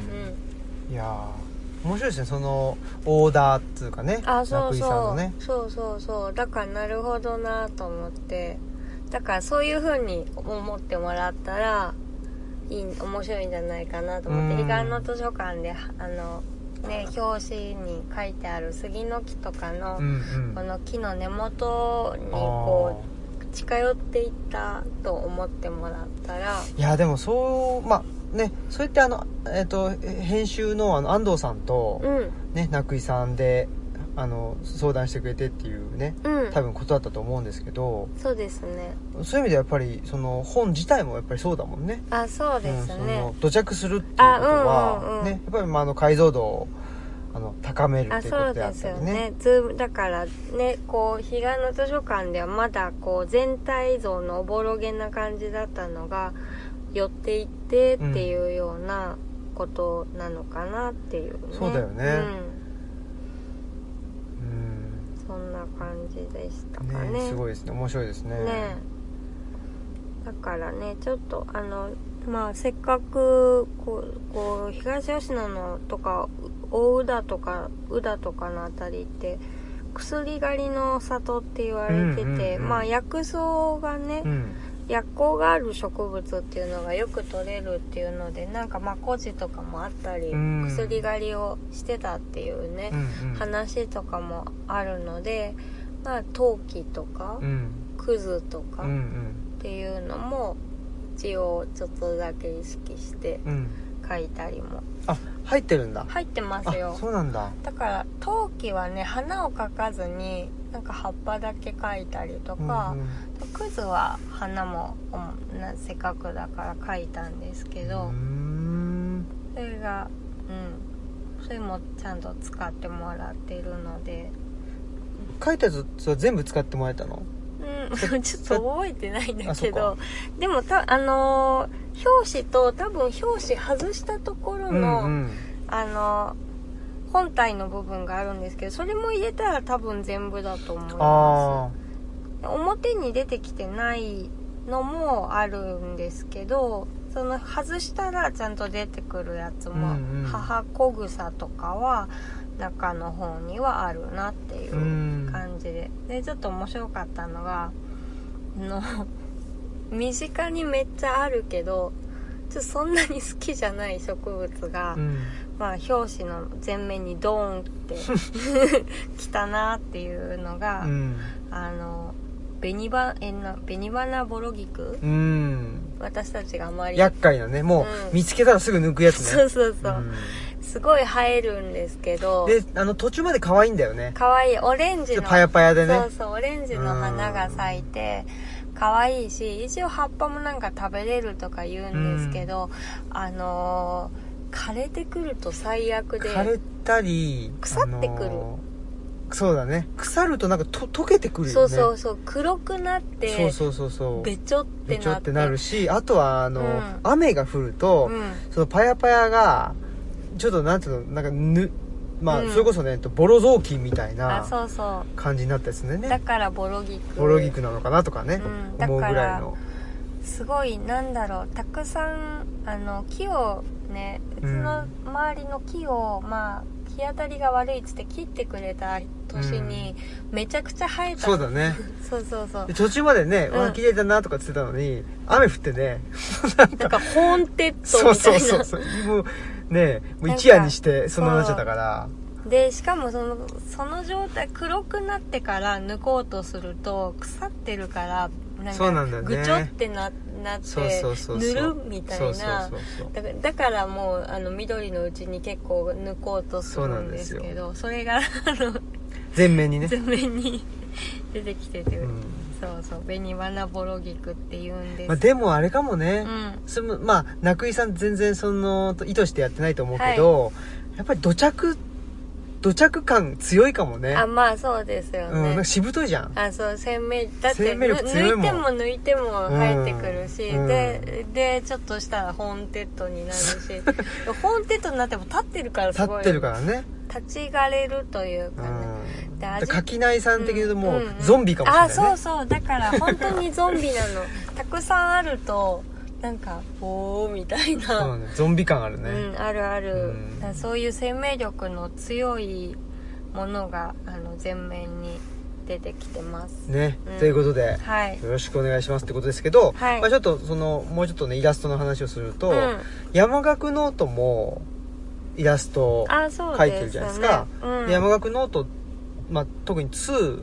B: うん
A: いやー面白いですねそのオーダーっつうかね
B: あそう
A: 井さん
B: そ
A: の
B: う、
A: ね
B: そうそうそうだからなるほどなと思ってだからそういう風に思ってもらったらいい面白いんじゃないかなと思って
A: うん
B: 彼岸の図書館であのね表紙に書いてある杉の木とかの、
A: うんうん
B: この木の根元に
A: あ
B: こう近寄っていったと思ってもらったら
A: ーいやでもそうまあねそれってあのえっ、と編集のあの安藤さんと
B: うん
A: ね涌井さんであの相談してくれてっていうね
B: うん
A: 多分ことだったと思うんですけど
B: そうですね
A: そういう意味ではやっぱりその本自体もやっぱりそうだもんね
B: あそうです
A: うんそ
B: ね、
A: の土着するっていうことは、
B: あうんうんうん
A: ね、やっぱりまああの解像度をあの高めるっ
B: あ
A: ていうこ
B: そ
A: と
B: う
A: であ
B: で
A: っ
B: す
A: た
B: よ
A: り
B: ね
A: ね
B: ズームだからねこう彼岸の図書館ではまだこう全体像のおぼろげな感じだったのが寄っていってっていうようなことなのかなっていうね、
A: そうだよね
B: うん
A: うん
B: そんな感じでしたか
A: ね
B: ね
A: すごいですね面白いですね
B: ねだからねちょっとあのまあせっかくこうこう東吉野のとか大宇田とか宇田とかのあたりって薬狩りの里って言われてて、
A: うんうんうん
B: まあ薬草がね、
A: うん
B: 薬効がある植物っていうのがよく取れるっていうのでなんかまあ孤児とかもあったり、
A: うん
B: 薬狩りをしてたっていうね
A: う、んうん
B: 話とかもあるのでまあ陶器とか
A: う、ん
B: クズとか、
A: うんうん
B: っていうのも一応ちょっとだけ意識して
A: うん
B: 書いたりも
A: あ入ってるんだ
B: 入ってます
A: あ
B: よ
A: そうなんだ
B: だから陶器はね花を描かずになんか葉っぱだけ描いたりとか
A: うん、うん
B: クズは花もうんなせっかくだから描いたんですけど、
A: うーん
B: それがうんそれもちゃんと使ってもらってるので
A: 書いたやつは全部使ってもらえたの
B: うん ちょっと覚えてないんだ
A: あそ
B: け
A: っか
B: どでもたあのー表紙と多分表紙外したところの、
A: うん
B: あのー本体の部分があるんですけどそれも入れたら多分全部だと思います
A: あ
B: 表に出てきてないのもあるんですけどその外したらちゃんと出てくるやつも、
A: うんうん
B: 母子草とかは中の方にはあるなってい
A: あ
B: う
A: うん
B: 感じででちょっと面白かったのがあの身近にめっちゃあるけどちょっとそんなに好きじゃない植物が、
A: うん
B: まあ表紙の前面にドーンって来たなっていうのが、
A: うん
B: あの紅花えな紅花ボロギク
A: うん
B: 私たちがあまり
A: 厄介なねも
B: う
A: うん見つけたらすぐ抜くやつね
B: そうそうそう、
A: うん
B: すごい生えるんですけど
A: であの途中まで可愛いんだよね
B: かわいいオレン
A: ち
B: ジ
A: ょっ
B: の
A: とパヤパヤで
B: そ
A: ね
B: うそうオレンジの花が咲いて可愛いし一応葉っぱもなんか食べれるとか言うんですけど、あのー枯れてくると最悪で
A: 枯れたり
B: 腐ってくる
A: あのーそうだね腐るとなんかと溶けてくるよ
B: そ
A: ね
B: うそうそう黒くなって
A: そうそうそうそう
B: べちょっ
A: べ
B: て
A: ちょ
B: なっ
A: っててなるしあとはあの、
B: うん
A: 雨が降ると、
B: うん、
A: そのパヤパヤがちょっとなんていうのなんかぬまあ、
B: うん
A: それこそねえっとボロ雑巾みたい
B: あ
A: な
B: そうそ
A: 感じになったりするん
B: う
A: だよ
B: だ
A: ね
B: からボロギク
A: ボロギクなのかなとかね、
B: うん
A: 思うぐ
B: だから
A: い
B: ら
A: の
B: すごいなんだろうたくさんあの木をねうちの周りの木を、まあ日当たりが悪いっつって切ってくれた年にめちゃくちゃ生えた、
A: そうだ ね
B: そうそうそ う
A: で途中までね、
B: うん
A: わあ綺麗だなとかって言ってたのに雨降って ね
B: なんかホーンテッド
A: そう
B: みたい
A: そう
B: な
A: そうそうもうねもう一夜にしてそんななっちゃったから
B: でしかもそのその状態黒くなってから抜こうとすると腐ってるからなん
A: そうなんだよ
B: か
A: ね
B: ぐちょってななって
A: そうそうそうそう
B: 塗るみたいな
A: そうそうそう
B: だからだからもうあの緑のうちに結構抜こうとするんですけどそれがあの
A: 全面にね、
B: 図面に出てきてて、
A: うん
B: そうそう紅花ボロギクって言うんです、
A: まあ、でもあれかもね、
B: うん
A: そのまあ中井さん全然そのと意図してやってないと思うけど、やっぱり土着土着感強いかもね
B: あまあそうですよ
A: うん、なん
B: ね
A: か、しぶといじゃん
B: あそう鮮明だって
A: 生命力
B: ぬ
A: 強い
B: 抜
A: もん
B: いても抜いても生えてくるし、
A: うん
B: ででちょっとしたらホーンテッドになるし ホーンテッドになっても立ってるからす
A: 立
B: ごい
A: ってるからね、
B: 立ちがれるという
A: う
B: かね、
A: ん、
B: で
A: だ
B: 味
A: 柿内さん的に言うともう、
B: んんん
A: ゾンビかもしれないね
B: あそうそうだから本当にゾンビなのたくさんあるとなんかおーみたい
A: そう
B: な
A: だねゾンビ感ある
B: う
A: ね、
B: んあるある、
A: うん
B: だからそういう生命力の強いものがあの前面に出てきてます
A: ね、
B: うん
A: ということで、
B: はい
A: よろしくお願いしますってことですけど、
B: はい
A: まあ、ちょっとそのもうちょっとねイラストの話をすると、
B: うん
A: 山岳ノートもイラストを
B: あそう
A: 書いて
B: で
A: る
B: す
A: じゃ
B: よ
A: ない
B: ね
A: ですか
B: うん、
A: で山岳ノート、まあ、特に2、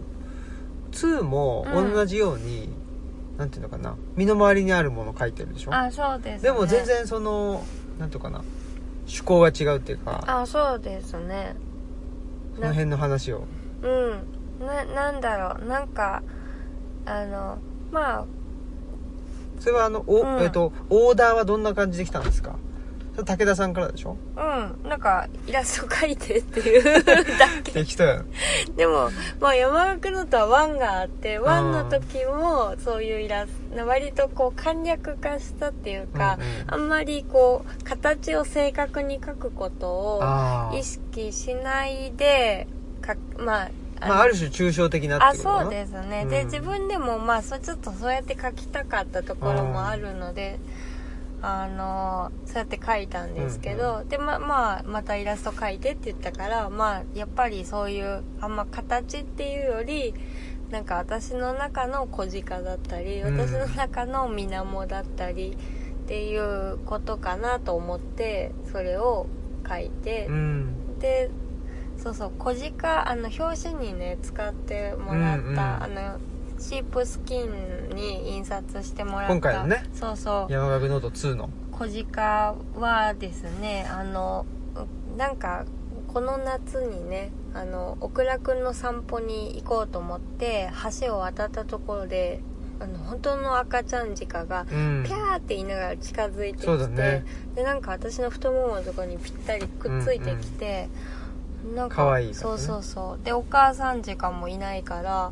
A: 2も
B: うん
A: 同じように、なんていうのかな、身の回りにあるものを書いてるでしょ
B: あそうです、ね、
A: でも全然その、なんていうかな、趣向が違うっていうか、
B: あそうですね
A: その辺の話を。
B: うんななんだろうなんかあのまあ
A: それはあの、お、
B: うん
A: えっと、オーダーはどんな感じで来たんですかそれ武田さんからでしょ
B: うん、なんかイラスト描いてってい うだけ
A: できたよ。
B: でも、まあ、山岳のとは湾があって湾の時もそういうイラスト割とこう簡略化したっていうか、あんまりこう形を正確に描くことを
A: ああ
B: 意。識しないでかまああ
A: まあ、ある種抽象的な
B: あ
A: ってことか
B: そう
A: な。
B: ですね、
A: う
B: で
A: ん
B: 自分でもまあそうちょっとそうやって書きたかったところもあるので、あのそうやって書いたんですけど、でままあまたイラスト描いてって言ったからまあやっぱりそういうあんま形っていうよりなんか私の中の小鹿だったり
A: うん
B: 私の中の水面だったりっていうことかなと思ってそれを書いて、
A: うん。
B: でそうそう小鹿あの表紙にね使ってもらった、
A: うんうん
B: あのシープスキンに印刷してもらった
A: 今回のね
B: そうそう
A: 山岳ノート2の。
B: 小鹿はですねあのなんかこの夏にねあの小倉くんの散歩に行こうと思って橋を渡ったところであの本当の赤ちゃん鹿が
A: う
B: ピ
A: ん
B: ャーって言いながら近づいてき
A: そうだ
B: て、
A: ね
B: でなんか私の太もものところにぴったりくっついてきて、なんか
A: かわいいからね
B: そうそうそうでお母さん鹿もいないから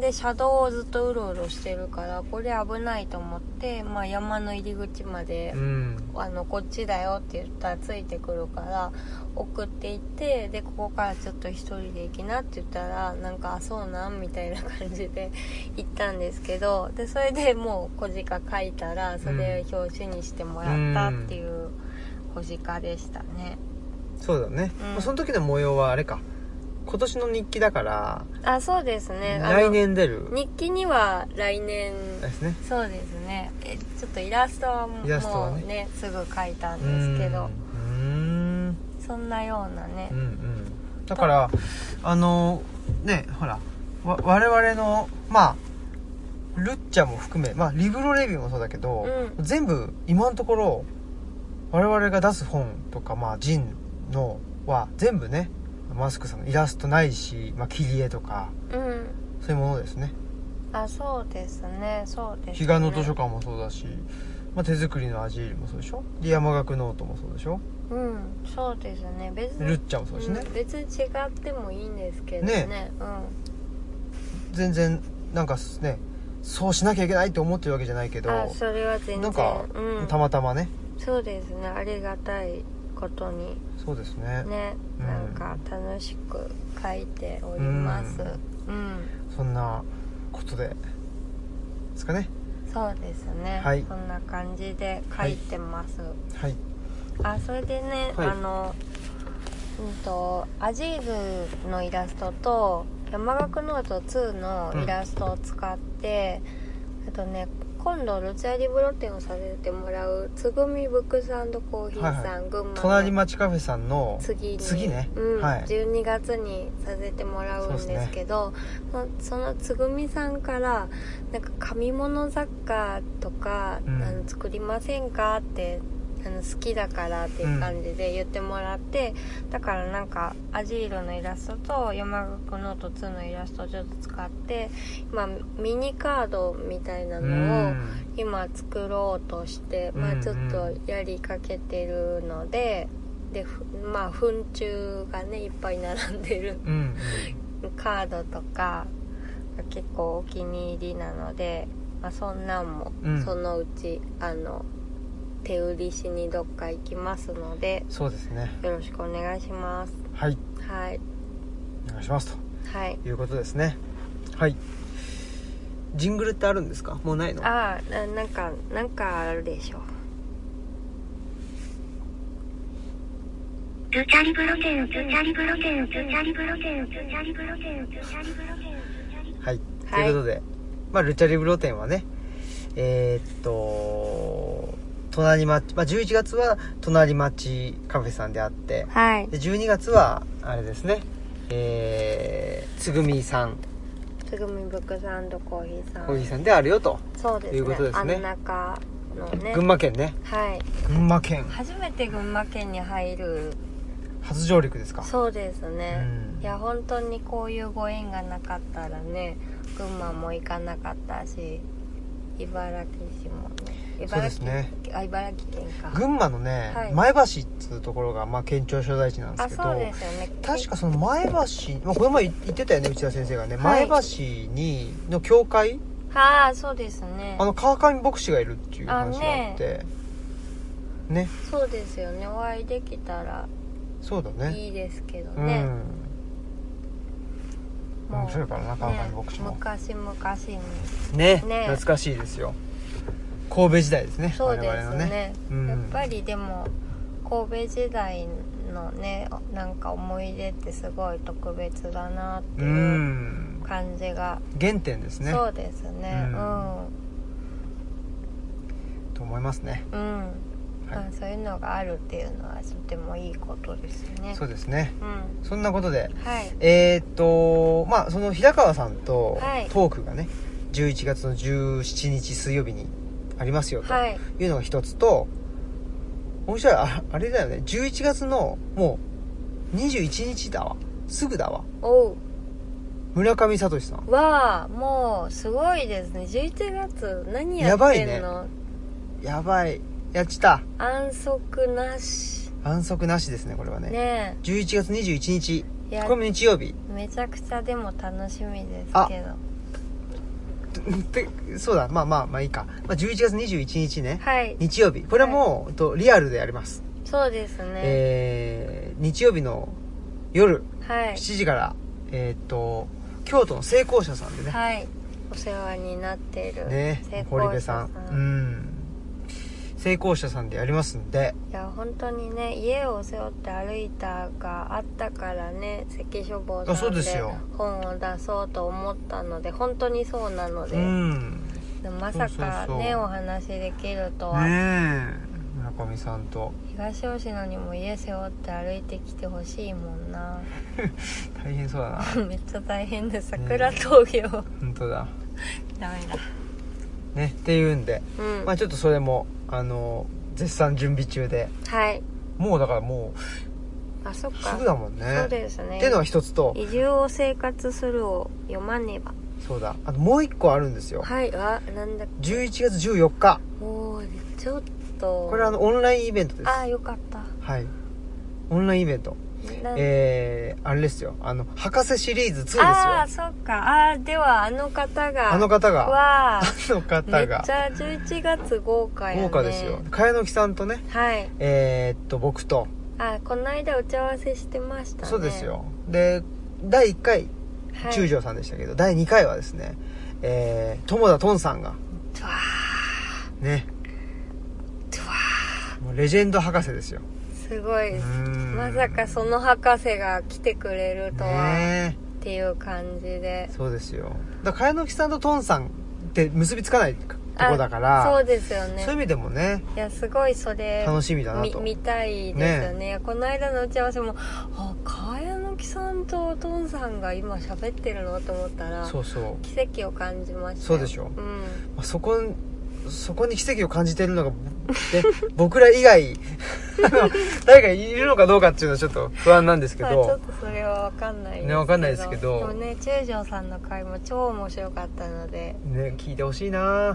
B: で車道をずっとうろうろしてるからこれ危ないと思って、まあ、山の入り口まで
A: うん
B: あのこっちだよって言ったらついてくるから送っていってでここからちょっと一人で行きなって言ったらなんかあそうなんみたいな感じで 行ったんですけどでそれでもう小鹿書いたらそれを表紙にしてもらったっていう小鹿でしたね、
A: そうだね、
B: うん
A: まあその時の模様はあれか今年の日記だから
B: あそうですねあの
A: 来年出る
B: 日記には来年
A: ですね
B: そうですねえちょっとイラストはもう
A: イラストはね
B: もうねすぐ書いたんですけど
A: うん
B: そんなようなね
A: うんうんだからあのねほらわ我々のまあルッチャも含め、まあ、リブロレビューもそうだけど、
B: う
A: 全部今のところ我々が出す本とか、まあ、ジンのは全部ねマスクさんのイラストないし、まあ、切り絵とか
B: うん
A: そういうものですね
B: あそうですねそうですね
A: 彼岸の図書館もそうだし、まあ、手作りのアジールもそうでしょで山岳ノートもそうでしょ
B: うんそうですね別に
A: ルッチャもそうだしね、
B: うん別に違ってもいいんですけどね
A: ね
B: うん
A: 全然なんかねそうしなきゃいけないって思ってるわけじゃないけど
B: あそれは全然
A: なんか、
B: うん、
A: たまたまね
B: そうですねありがたいことに
A: そうですね
B: ね、
A: うん
B: なんか楽しく書いておりますうん、
A: そんなことでですかね
B: そうですね、
A: はい
B: こんな感じで書いてます、
A: はい
B: あそれでね、
A: はい
B: あのうんとアジールのイラストと山岳ノート2のイラストを使って、あとね今度ルチャリブロ展をさせてもらうつぐみブックスコーヒーさん、
A: はい
B: 群馬の
A: 隣町カフェさんの
B: 次に
A: 次ね
B: うん
A: はい
B: 12月にさせてもらうんですけどそそのつぐみさんからなんか紙物雑貨とか、
A: うん
B: あの作りませんかってあの好きだからっていう感じで言ってもらって、だからなんかアジールのイラストと山岳ノート2のイラストをちょっと使って、まあ、ミニカードみたいな
A: う
B: のを、
A: ん
B: 今作ろうとして、ま
A: うんう
B: あ、
A: ん
B: ちょっとやりかけてるので、でふまあ糞虫がねいっぱい並んで る
A: うん
B: カードとかが結構お気に入りなので、まあ、そんなんも
A: うん
B: そのうち、あの手売りしにどっか行きますので
A: そうですね
B: よろしくお願いします
A: はい
B: はい
A: お願いします
B: はい
A: ということですねはいジングルってあるんですかもうないの
B: ああななんかなんかあるでしょ
C: ルチャリブロ展、ルチャリブロ展、ルチャリブロ展、ルチャリブロ展、ルチャリブロ展。
A: はい、と
B: はい
A: いうことで、まあ、ルチャリブロ展はねえーっと隣町、まあ、11月は隣町カフェさんであって
B: はい
A: で12月はあれですねえー、つぐみさん
B: つぐみブックサンドコーヒーさん
A: コーヒーさんであるよと、
B: そうですね。
A: いうことですね
B: あん中のね。
A: 群馬県ね
B: はい。
A: 群馬県
B: 初めて群馬県に入る。
A: 初上陸ですか
B: そうですね。
A: うん
B: いや本当にこういうご縁がなかったらね、群馬も行かなかったし、茨城市もね。
A: そう
B: 茨
A: です
B: 城
A: ね
B: あ茨城県か。
A: 群馬のね、
B: はい
A: 前橋っつうところが、まあ、県庁所在地なんです
B: あ
A: けど
B: そうですよね。
A: 確かその前橋、まあ、これ前言ってたよね内田先生がね、
B: はい
A: 前橋にの教会
B: ああそうですね
A: あ。の川上牧師がいるっていう話があってね
B: そうですよね。お会いできたら
A: そうだね
B: いいですけど
A: うん
B: ね。もう
A: 面白いからな川上牧師
B: ね
A: も
B: 昔々に。
A: ね
B: ね
A: 懐かしいですよ神戸時代ですね
B: そうです
A: 我々の
B: ね
A: うん
B: やっぱりでも神戸時代のねなんか思い出ってすごい特別だなって
A: う
B: いうん感じが、
A: 原点ですね
B: そうですね
A: う
B: うんん
A: と思いますね
B: うん、
A: はい
B: まあ、そういうのがあるっていうのはとてもいいことですね
A: そうですね
B: うん
A: そんなことで
B: はい
A: えーっとまあその平川さんと
B: はい
A: トークがね11月の17日水曜日にありますよと
B: はい
A: いうのが一つと、もう一つはああれだよね、11月のもう21日だわすぐだわ
B: おう
A: 村上聡さん
B: わあもうすごいですね11月何や
A: や
B: っ
A: ばい
B: て
A: ね
B: んの、
A: やばいやっちた
B: 安息なし
A: 反則なしですねこれはね
B: ね
A: 11月21日
B: いや
A: これも日曜日
B: えめちゃくちゃでも楽しみですけど
A: でそうだまあまあまあいいか、まあ、11月21日ね
B: はい
A: 日曜日これはもう、えっとリアルでやります、
B: そうですね、
A: えー、日曜日の夜
B: はい
A: 7時からえーっと京都の成功者さんでね、
B: はいお世話になっている
A: ね
B: 功
A: 堀
B: 者
A: 部さんうん成功者さんでやりますんで
B: いや本当にね家を背負って歩いたがあったからね関書房
A: あ
B: さ
A: そ
B: ん
A: うです
B: で
A: よ
B: 本を出そうと思ったので本当にそうなので、
A: うんね
B: でもまさかね
A: そうそうそう
B: お話しできると
A: え
B: は、
A: 村上さんと
B: 東吉野にも家背負って歩いてきてほしいも んな
A: 大変そうだな
B: めっちゃ大変で桜峠を、
A: 本当だ
B: ダメだ
A: ねっていうんで
B: うん、
A: まあちょっとそれもあの絶賛準備中で
B: はい
A: もうだからも
B: あそっ
A: う
B: か
A: すぐだもんね
B: そうですね
A: っていうのが一つと
B: 移住を生活するを読まねば
A: そうだあともう一個あるんですよ
B: はいあなんだ
A: 11月14日
B: おーちょっと
A: これはあのオンラインイベントです
B: あよかった
A: はいオンラインイベント
B: なん
A: えー、あれですよあの博士シリーズ2ですよ
B: ああ
A: あ
B: そっかあーではあの方が
A: の方が
B: は
A: あの
B: め
A: 方
B: っ
A: が
B: ちゃ11月豪華やね
A: 豪華ですよ茅野木さんとね
B: はい
A: えー、っと僕と、
B: あこの間打ち合わせしてましたね
A: そうですよで第1回
B: はい
A: 中条さんでしたけど、第2回はですね、えー、友田トンさんが
B: ドワ
A: ね
B: ドワ
A: もうレジェンド博士ですよ
B: ーすごいですま
A: ま
B: さかその博士が来てくれるとは
A: ね
B: っていう感じで
A: え、そうですよだから茅野木さんとトンさんって結びつかないとこ
B: あ
A: だから
B: そうですよ
A: そういう
B: ね
A: 意味でもね
B: いやすごいそれ
A: 楽しみだな
B: み
A: と
B: 見たいですよねいやこの間の打ち合わせもあ茅野木さんとトンさんが今喋ってるのと思ったら
A: そうそう
B: 奇跡を感じましたよ
A: そうでしょ
B: うん
A: まあそこそこに奇跡を感じてるのが で僕ら以外 あの誰かいるのかどうかっていうのはちょっと不安なんですけ
B: まあ、ちょっ
A: ど
B: とそれは分かんないですけ
A: ね
B: ど
A: わかんないですけど
B: でもね中条さんの回も超面白かったので
A: ね聞いてほしいうなん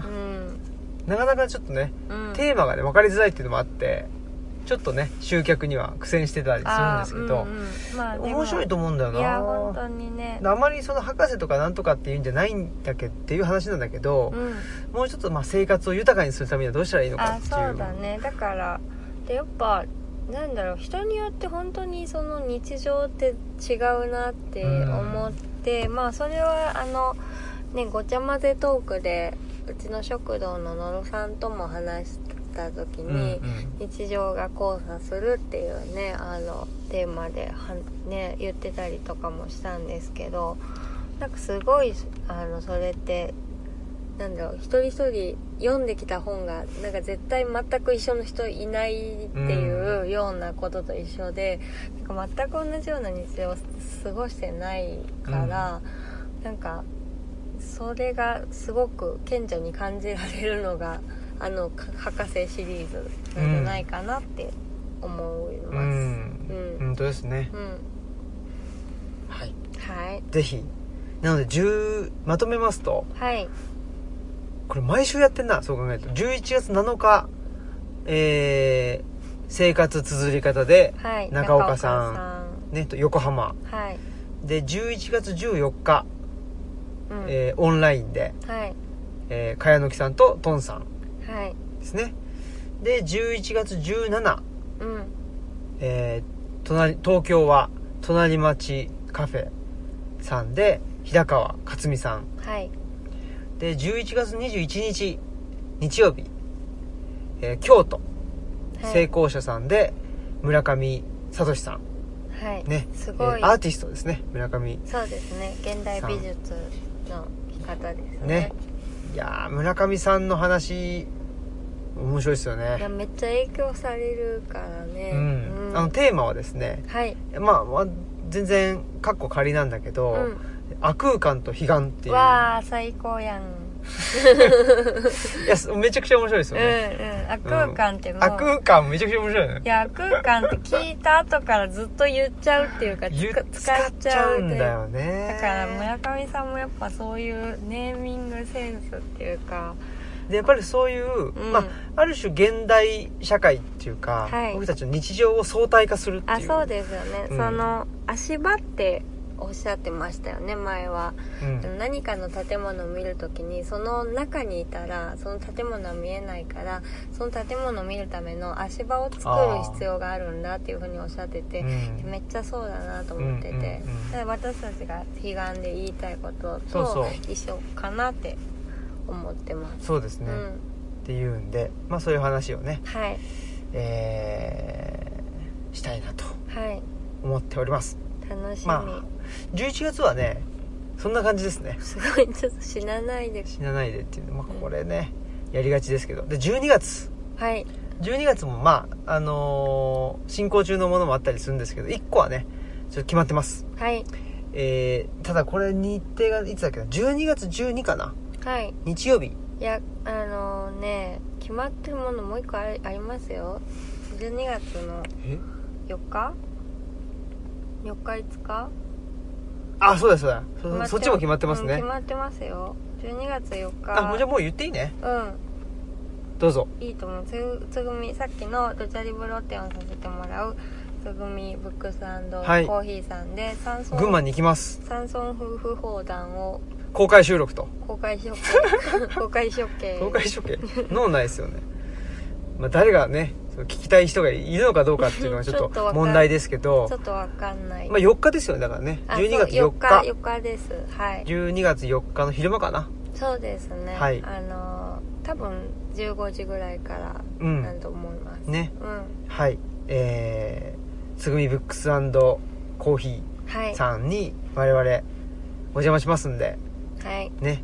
A: なかなかちょっとね
B: うん
A: テーマがね分かりづらいっていうのもあってちょっとね集客には苦戦してたりするんですけど
B: あーうんうんまあでも
A: 面白いと思うんだよ
B: いや本当
A: な
B: にね
A: あまりその博士とかなんとかっていうんじゃないんだけっていう話なんだけど
B: う、ん
A: もうちょっとまあ生活を豊かにするためにはどうしたらいいのか
B: あ
A: っていう
B: そうだねだからでやっぱなんだろう人によって本当にその日常って違うなって思って、まあそれはあのねごちゃ混ぜトークでうちの食堂の野呂さんとも話した時
A: うん
B: に、
A: うん
B: 日常が交差するっていうねあのテーマではね言ってたりとかもしたんですけどなんかすごいあのそれってなんだろう一人一人読んできた本がなんか絶対全く一緒の人いないっていううようなことと一緒で、なんか全く同じような日常を過ごしてないから、なんかそれがすごく顕著に感じられるのがあのか博士シリーズなんじゃないかなって思います。
A: う
B: うんん
A: 本当ですね、
B: うん
A: はい
B: はい
A: ぜひなので10まとめますと
B: はい
A: これ毎週やってんなそう考えると11月7日えー、生活綴り方で、
B: はい
A: 中岡さん
B: ん
A: ね、と横浜
B: はい、
A: で11月14日、
B: うん
A: えーオンラインで、
B: はい
A: えー、茅野木さんとトンさん
B: はい
A: ですねで11月17、
B: うん
A: えー、隣東京は隣町カフェさんで平川克美さん
B: はい
A: で11月21日日曜日、えー京都
B: はい
A: 成功者さんで村上聡さん
B: はい
A: ね
B: すごい、
A: えーアーティストですね村上
B: そうですね現代美術の方ですね
A: ねいやー村上さんの話面白いですよ
B: いや
A: ね
B: めっちゃ影響されるからね
A: うん、あのテーマはですね
B: はい、
A: まあ、まあ全然カッコ仮なんだけど、
B: う
A: 悪空間と彼岸っていう
B: ん、わあ最高やん
A: いやすめちゃくちゃ面白いです
B: う
A: よ
B: ん
A: ね、
B: うん悪空間ってもう、
A: 悪空間めちゃくちゃ面白いよね
B: いや悪空間って聞いた後からずっと言っちゃうっていうか
A: 言っ
B: つ
A: 使
B: か
A: っちゃうんだよね
B: だから村上さんもやっぱそういうネーミングセンスっていうか
A: でやっぱりそういう、
B: うん
A: まあ、ある種現代社会っていうか、
B: はい
A: 僕たちの日常を相対化するっていう
B: あそうですよね、
A: うん
B: その足場っておっしゃってましたよね前は
A: うん
B: 何かの建物を見るときにその中にいたらその建物は見えないからその建物を見るための足場を作る必要があるんだっていうふうにおっしゃってて、
A: うん
B: めっちゃそうだなと思ってて、
A: うんうんうん
B: だから私たちが悲願で言いたいこと
A: そう
B: と
A: そう
B: 一緒かなって思ってます
A: そうですね、
B: う
A: っ
B: ん
A: ていうんで、まあ、そういう話をね、
B: はい
A: えーしたいなと
B: はい
A: 思っております
B: 楽しみ、
A: ま11月はねそんな感じですね
B: すごいちょっと死なないで
A: 死なないでっていうの、まあ、これねやりがちですけどで12月
B: はい
A: 12月もまああのー進行中のものもあったりするんですけど1個はねちょっと決まってます
B: はい
A: えーただこれ日程がいつだっけな12月12かな
B: はい
A: 日曜日
B: いやあのね決まってるものもう一個ありありますよ12月の
A: え
B: 4日4日5日
A: あそうだそうだそ
B: 決ま
A: そっちも決まってます
B: うん
A: ね
B: 決まってますよ12月4日
A: あもうじゃあもう言っていいね
B: うん
A: どうぞ
B: いいと思うつつぐみさっきのドチャリブロ店をさせてもらうつぐみブックスコ
A: はい
B: ーヒーさんで山村
A: 群馬に行きます
B: 山村夫婦砲弾を
A: 公開収録と
B: 公開処刑公開処刑
A: 公開 処刑のないですよね、まあ、誰がねその聞きたい人がいるのかどうかっていうのはち
B: ち
A: ょ
B: ょ
A: っ
B: っとわ
A: と
B: かん
A: 問題ですけど
B: ちょっとわかんない、
A: まあ、4日ですよねだからね
B: あそう
A: 12月4日
B: 4日4ですはい
A: 12月4日の昼間かな
B: そうですね、
A: はい
B: あのー多分15時ぐらいから
A: う
B: なん
A: ん
B: と思います、
A: ね
B: うん
A: はいえー、つぐみブックスコーヒ
B: はい
A: ーさんに我々お邪魔しますんで
B: はい
A: ね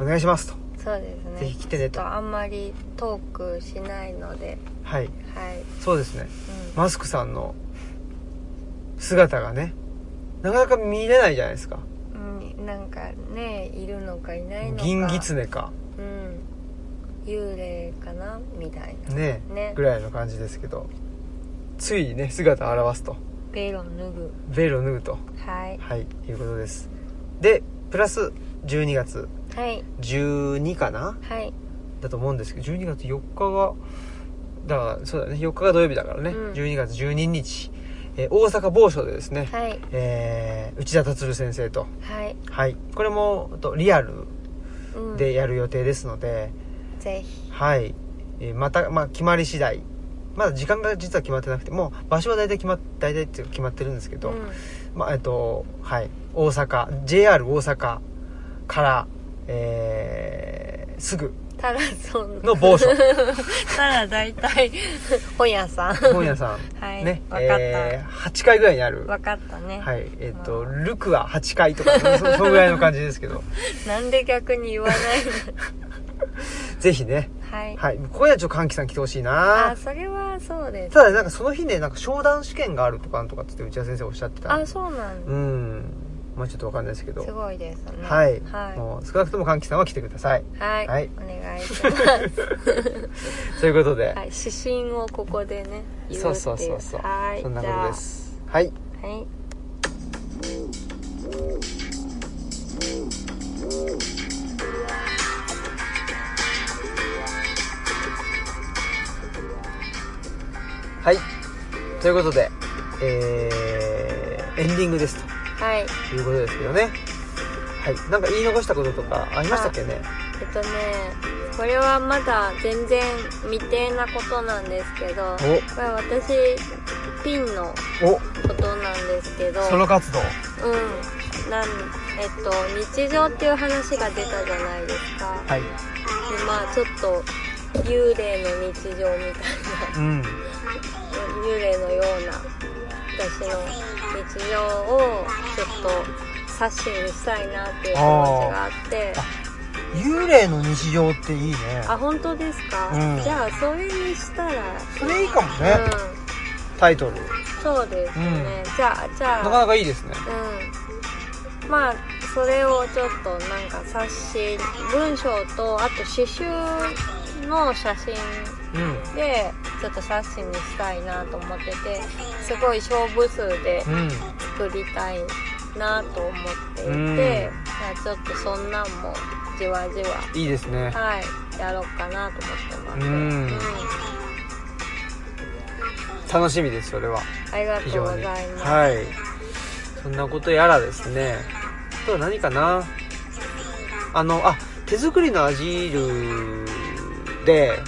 A: お願いしますと
B: そうですね
A: ぜひ来てね
B: ち
A: と
B: ょっとあんまりトークしないので
A: はい
B: はい、うん
A: そうですねマスクさんの姿がねなかなか見れないじゃないですか
B: うん、なんかねいるのかいないのか
A: 銀狐か
B: うん幽霊かなみたいな
A: ね
B: ね
A: ぐらいの感じですけどついにね姿を現すと
B: ベロ脱ぐ
A: ベールを脱ぐと
B: はい
A: はいいうことですでプラス12月
B: はい
A: 12かな
B: はい、
A: だと思うんですけど12月4日がだからそうだね4日が土曜日だからね、
B: うん
A: 12月12日、えー大阪某所でですね、
B: はい
A: えー内田達郎先生と
B: はい
A: はいこれもあとリアル
B: うん
A: でやる予定ですので、
B: ぜひ
A: はい、えーまた、まあ、決まり次第まだ時間が実は決まってなくてもう場所は大体決まっ大体っていうか決まってるんですけど、
B: うん
A: まあえっとはい、大阪 JR 大阪から、えーすぐ
B: ただそんな
A: の 某所
B: ただ大 体本屋さん
A: 本屋さん
B: はい
A: ね、
B: わかった
A: えー8階ぐらいにある、
B: わかったね、
A: はい、えっ、と、
B: ま
A: ルクア8階とか、そ、そのぐらいの感じです けど、
B: なんで逆に言わない
A: ぜひね、
B: のは い
A: はい、ここにはちょっと歓喜さん来てほしい
B: あ
A: な
B: それはそうです
A: ただ、なんかその日ね、なんか商談試験があるとかなんとかっつって内田先生おっしゃってた。
B: あそうなん
A: う
B: だ、
A: ん、まあちょっとわかんないですけど、
B: すごいですね
A: はい、
B: は
A: もう少なくとも歓喜さんは来てください。
B: い、はい
A: はい
B: お願いします
A: ということで、
B: はい、指針をここでね言うっていう
A: そうそうそうそう、
B: はい
A: そんなことです。はい、
B: じゃあはい
A: はい、ということで、えー、エンディングですと。
B: はい
A: ということですけどね。はい。なんか言い残したこととかありましたっけね
B: えっとねこれはまだ全然未定なことなんですけどこれ私ピンの
A: お、お、
B: ことなんですけど
A: ソロ活動。
B: うんなんえっと日常っていう話が出たじゃないですか
A: はい。
B: でまあちょっと幽霊の日常みたい
A: うん。
B: な幽霊のような私の日常をちょっと冊子にしたいなっていう気持ちがあって
A: あ幽霊の日常っていいね。
B: あ本当ですか、
A: うん
B: じゃあそれにしたら
A: それいいかもね。
B: う
A: タイトル。
B: んそうですね、
A: う
B: じゃあじゃあ
A: なかなかいいですね。
B: うんまあそれをちょっとなんか冊子文章とあと刺繍の写真
A: うん
B: でちょっと冊子にしたいなと思っててすごい勝負数で
A: うん
B: 作りたいなと思っていて、
A: うん
B: じゃあちょっとそんなんもじわじわ
A: いいですね
B: はいやろうかなと思ってます、
A: うん
B: うん
A: 楽しみですそれは
B: ありが
A: 非
B: とうご
A: 常
B: ざ
A: に
B: います、
A: はいそんなことやらですねあとは何かなあのあ手作りのアジールで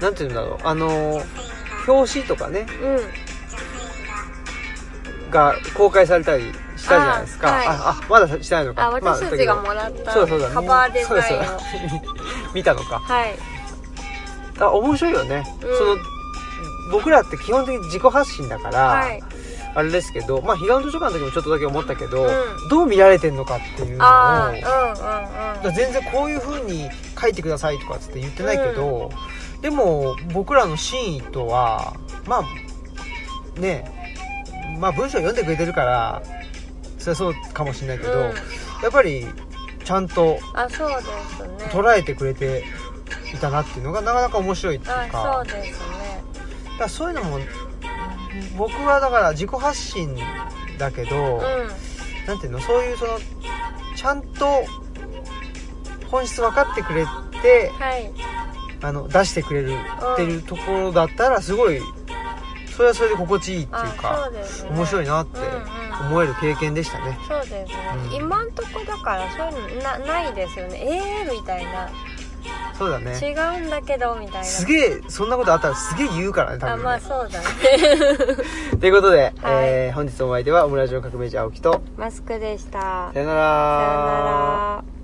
A: なんていうんだろうあの表紙とかね
B: うんうん
A: が公開されたりしたじゃないですかあ,、
B: あはい
A: あまだしてないのか
B: あ私たちがもらっ
A: まあ
B: た
A: そうだそうだね
B: カバーデザインを
A: そうだそうだ見たのか
B: はい
A: あ面白いよね、
B: うん
A: その僕らって基本的に自己発信だから、
B: はい
A: あれですけどまあ彼岸図書館の時もちょっとだけ思ったけど、
B: うん
A: どう見られてんのかっていうのを
B: あ
A: だか
B: あうんうんう
A: ら
B: ん
A: 全然こういう風に書いてくださいとかっつって言ってないけど、でも僕らの真意とはまあねまあ文章読んでくれてるからそりゃそうかもしれないけど、
B: うん
A: やっぱりちゃんと
B: あそうですね
A: 捉えてくれていたなっていうのがなかなか面白いっていうか
B: あそうですね
A: だからそういうのも僕はだから自己発信だけど、
B: う
A: なんていうのそういうそのちゃんと本質分かってくれて
B: んはい
A: あの出してくれるっていうところだったらすごいそれはそれで心地いいっていう
B: あ
A: か
B: そうですね
A: 面白いなって
B: うんうん
A: 思える経験でしたね。
B: そうですね、
A: うん
B: 今んとこだからそういうのなないですよねええー、みたいな、
A: そうだね
B: 違うんだけどみたいな
A: すげえそんなことあったらすげえ言うからね多
B: あ
A: 分
B: まあ
A: ね。
B: そうだね
A: ということで、えー本日のお相手はオムラジオ革命児青木と
B: マスクでした
A: さよ
B: さよなら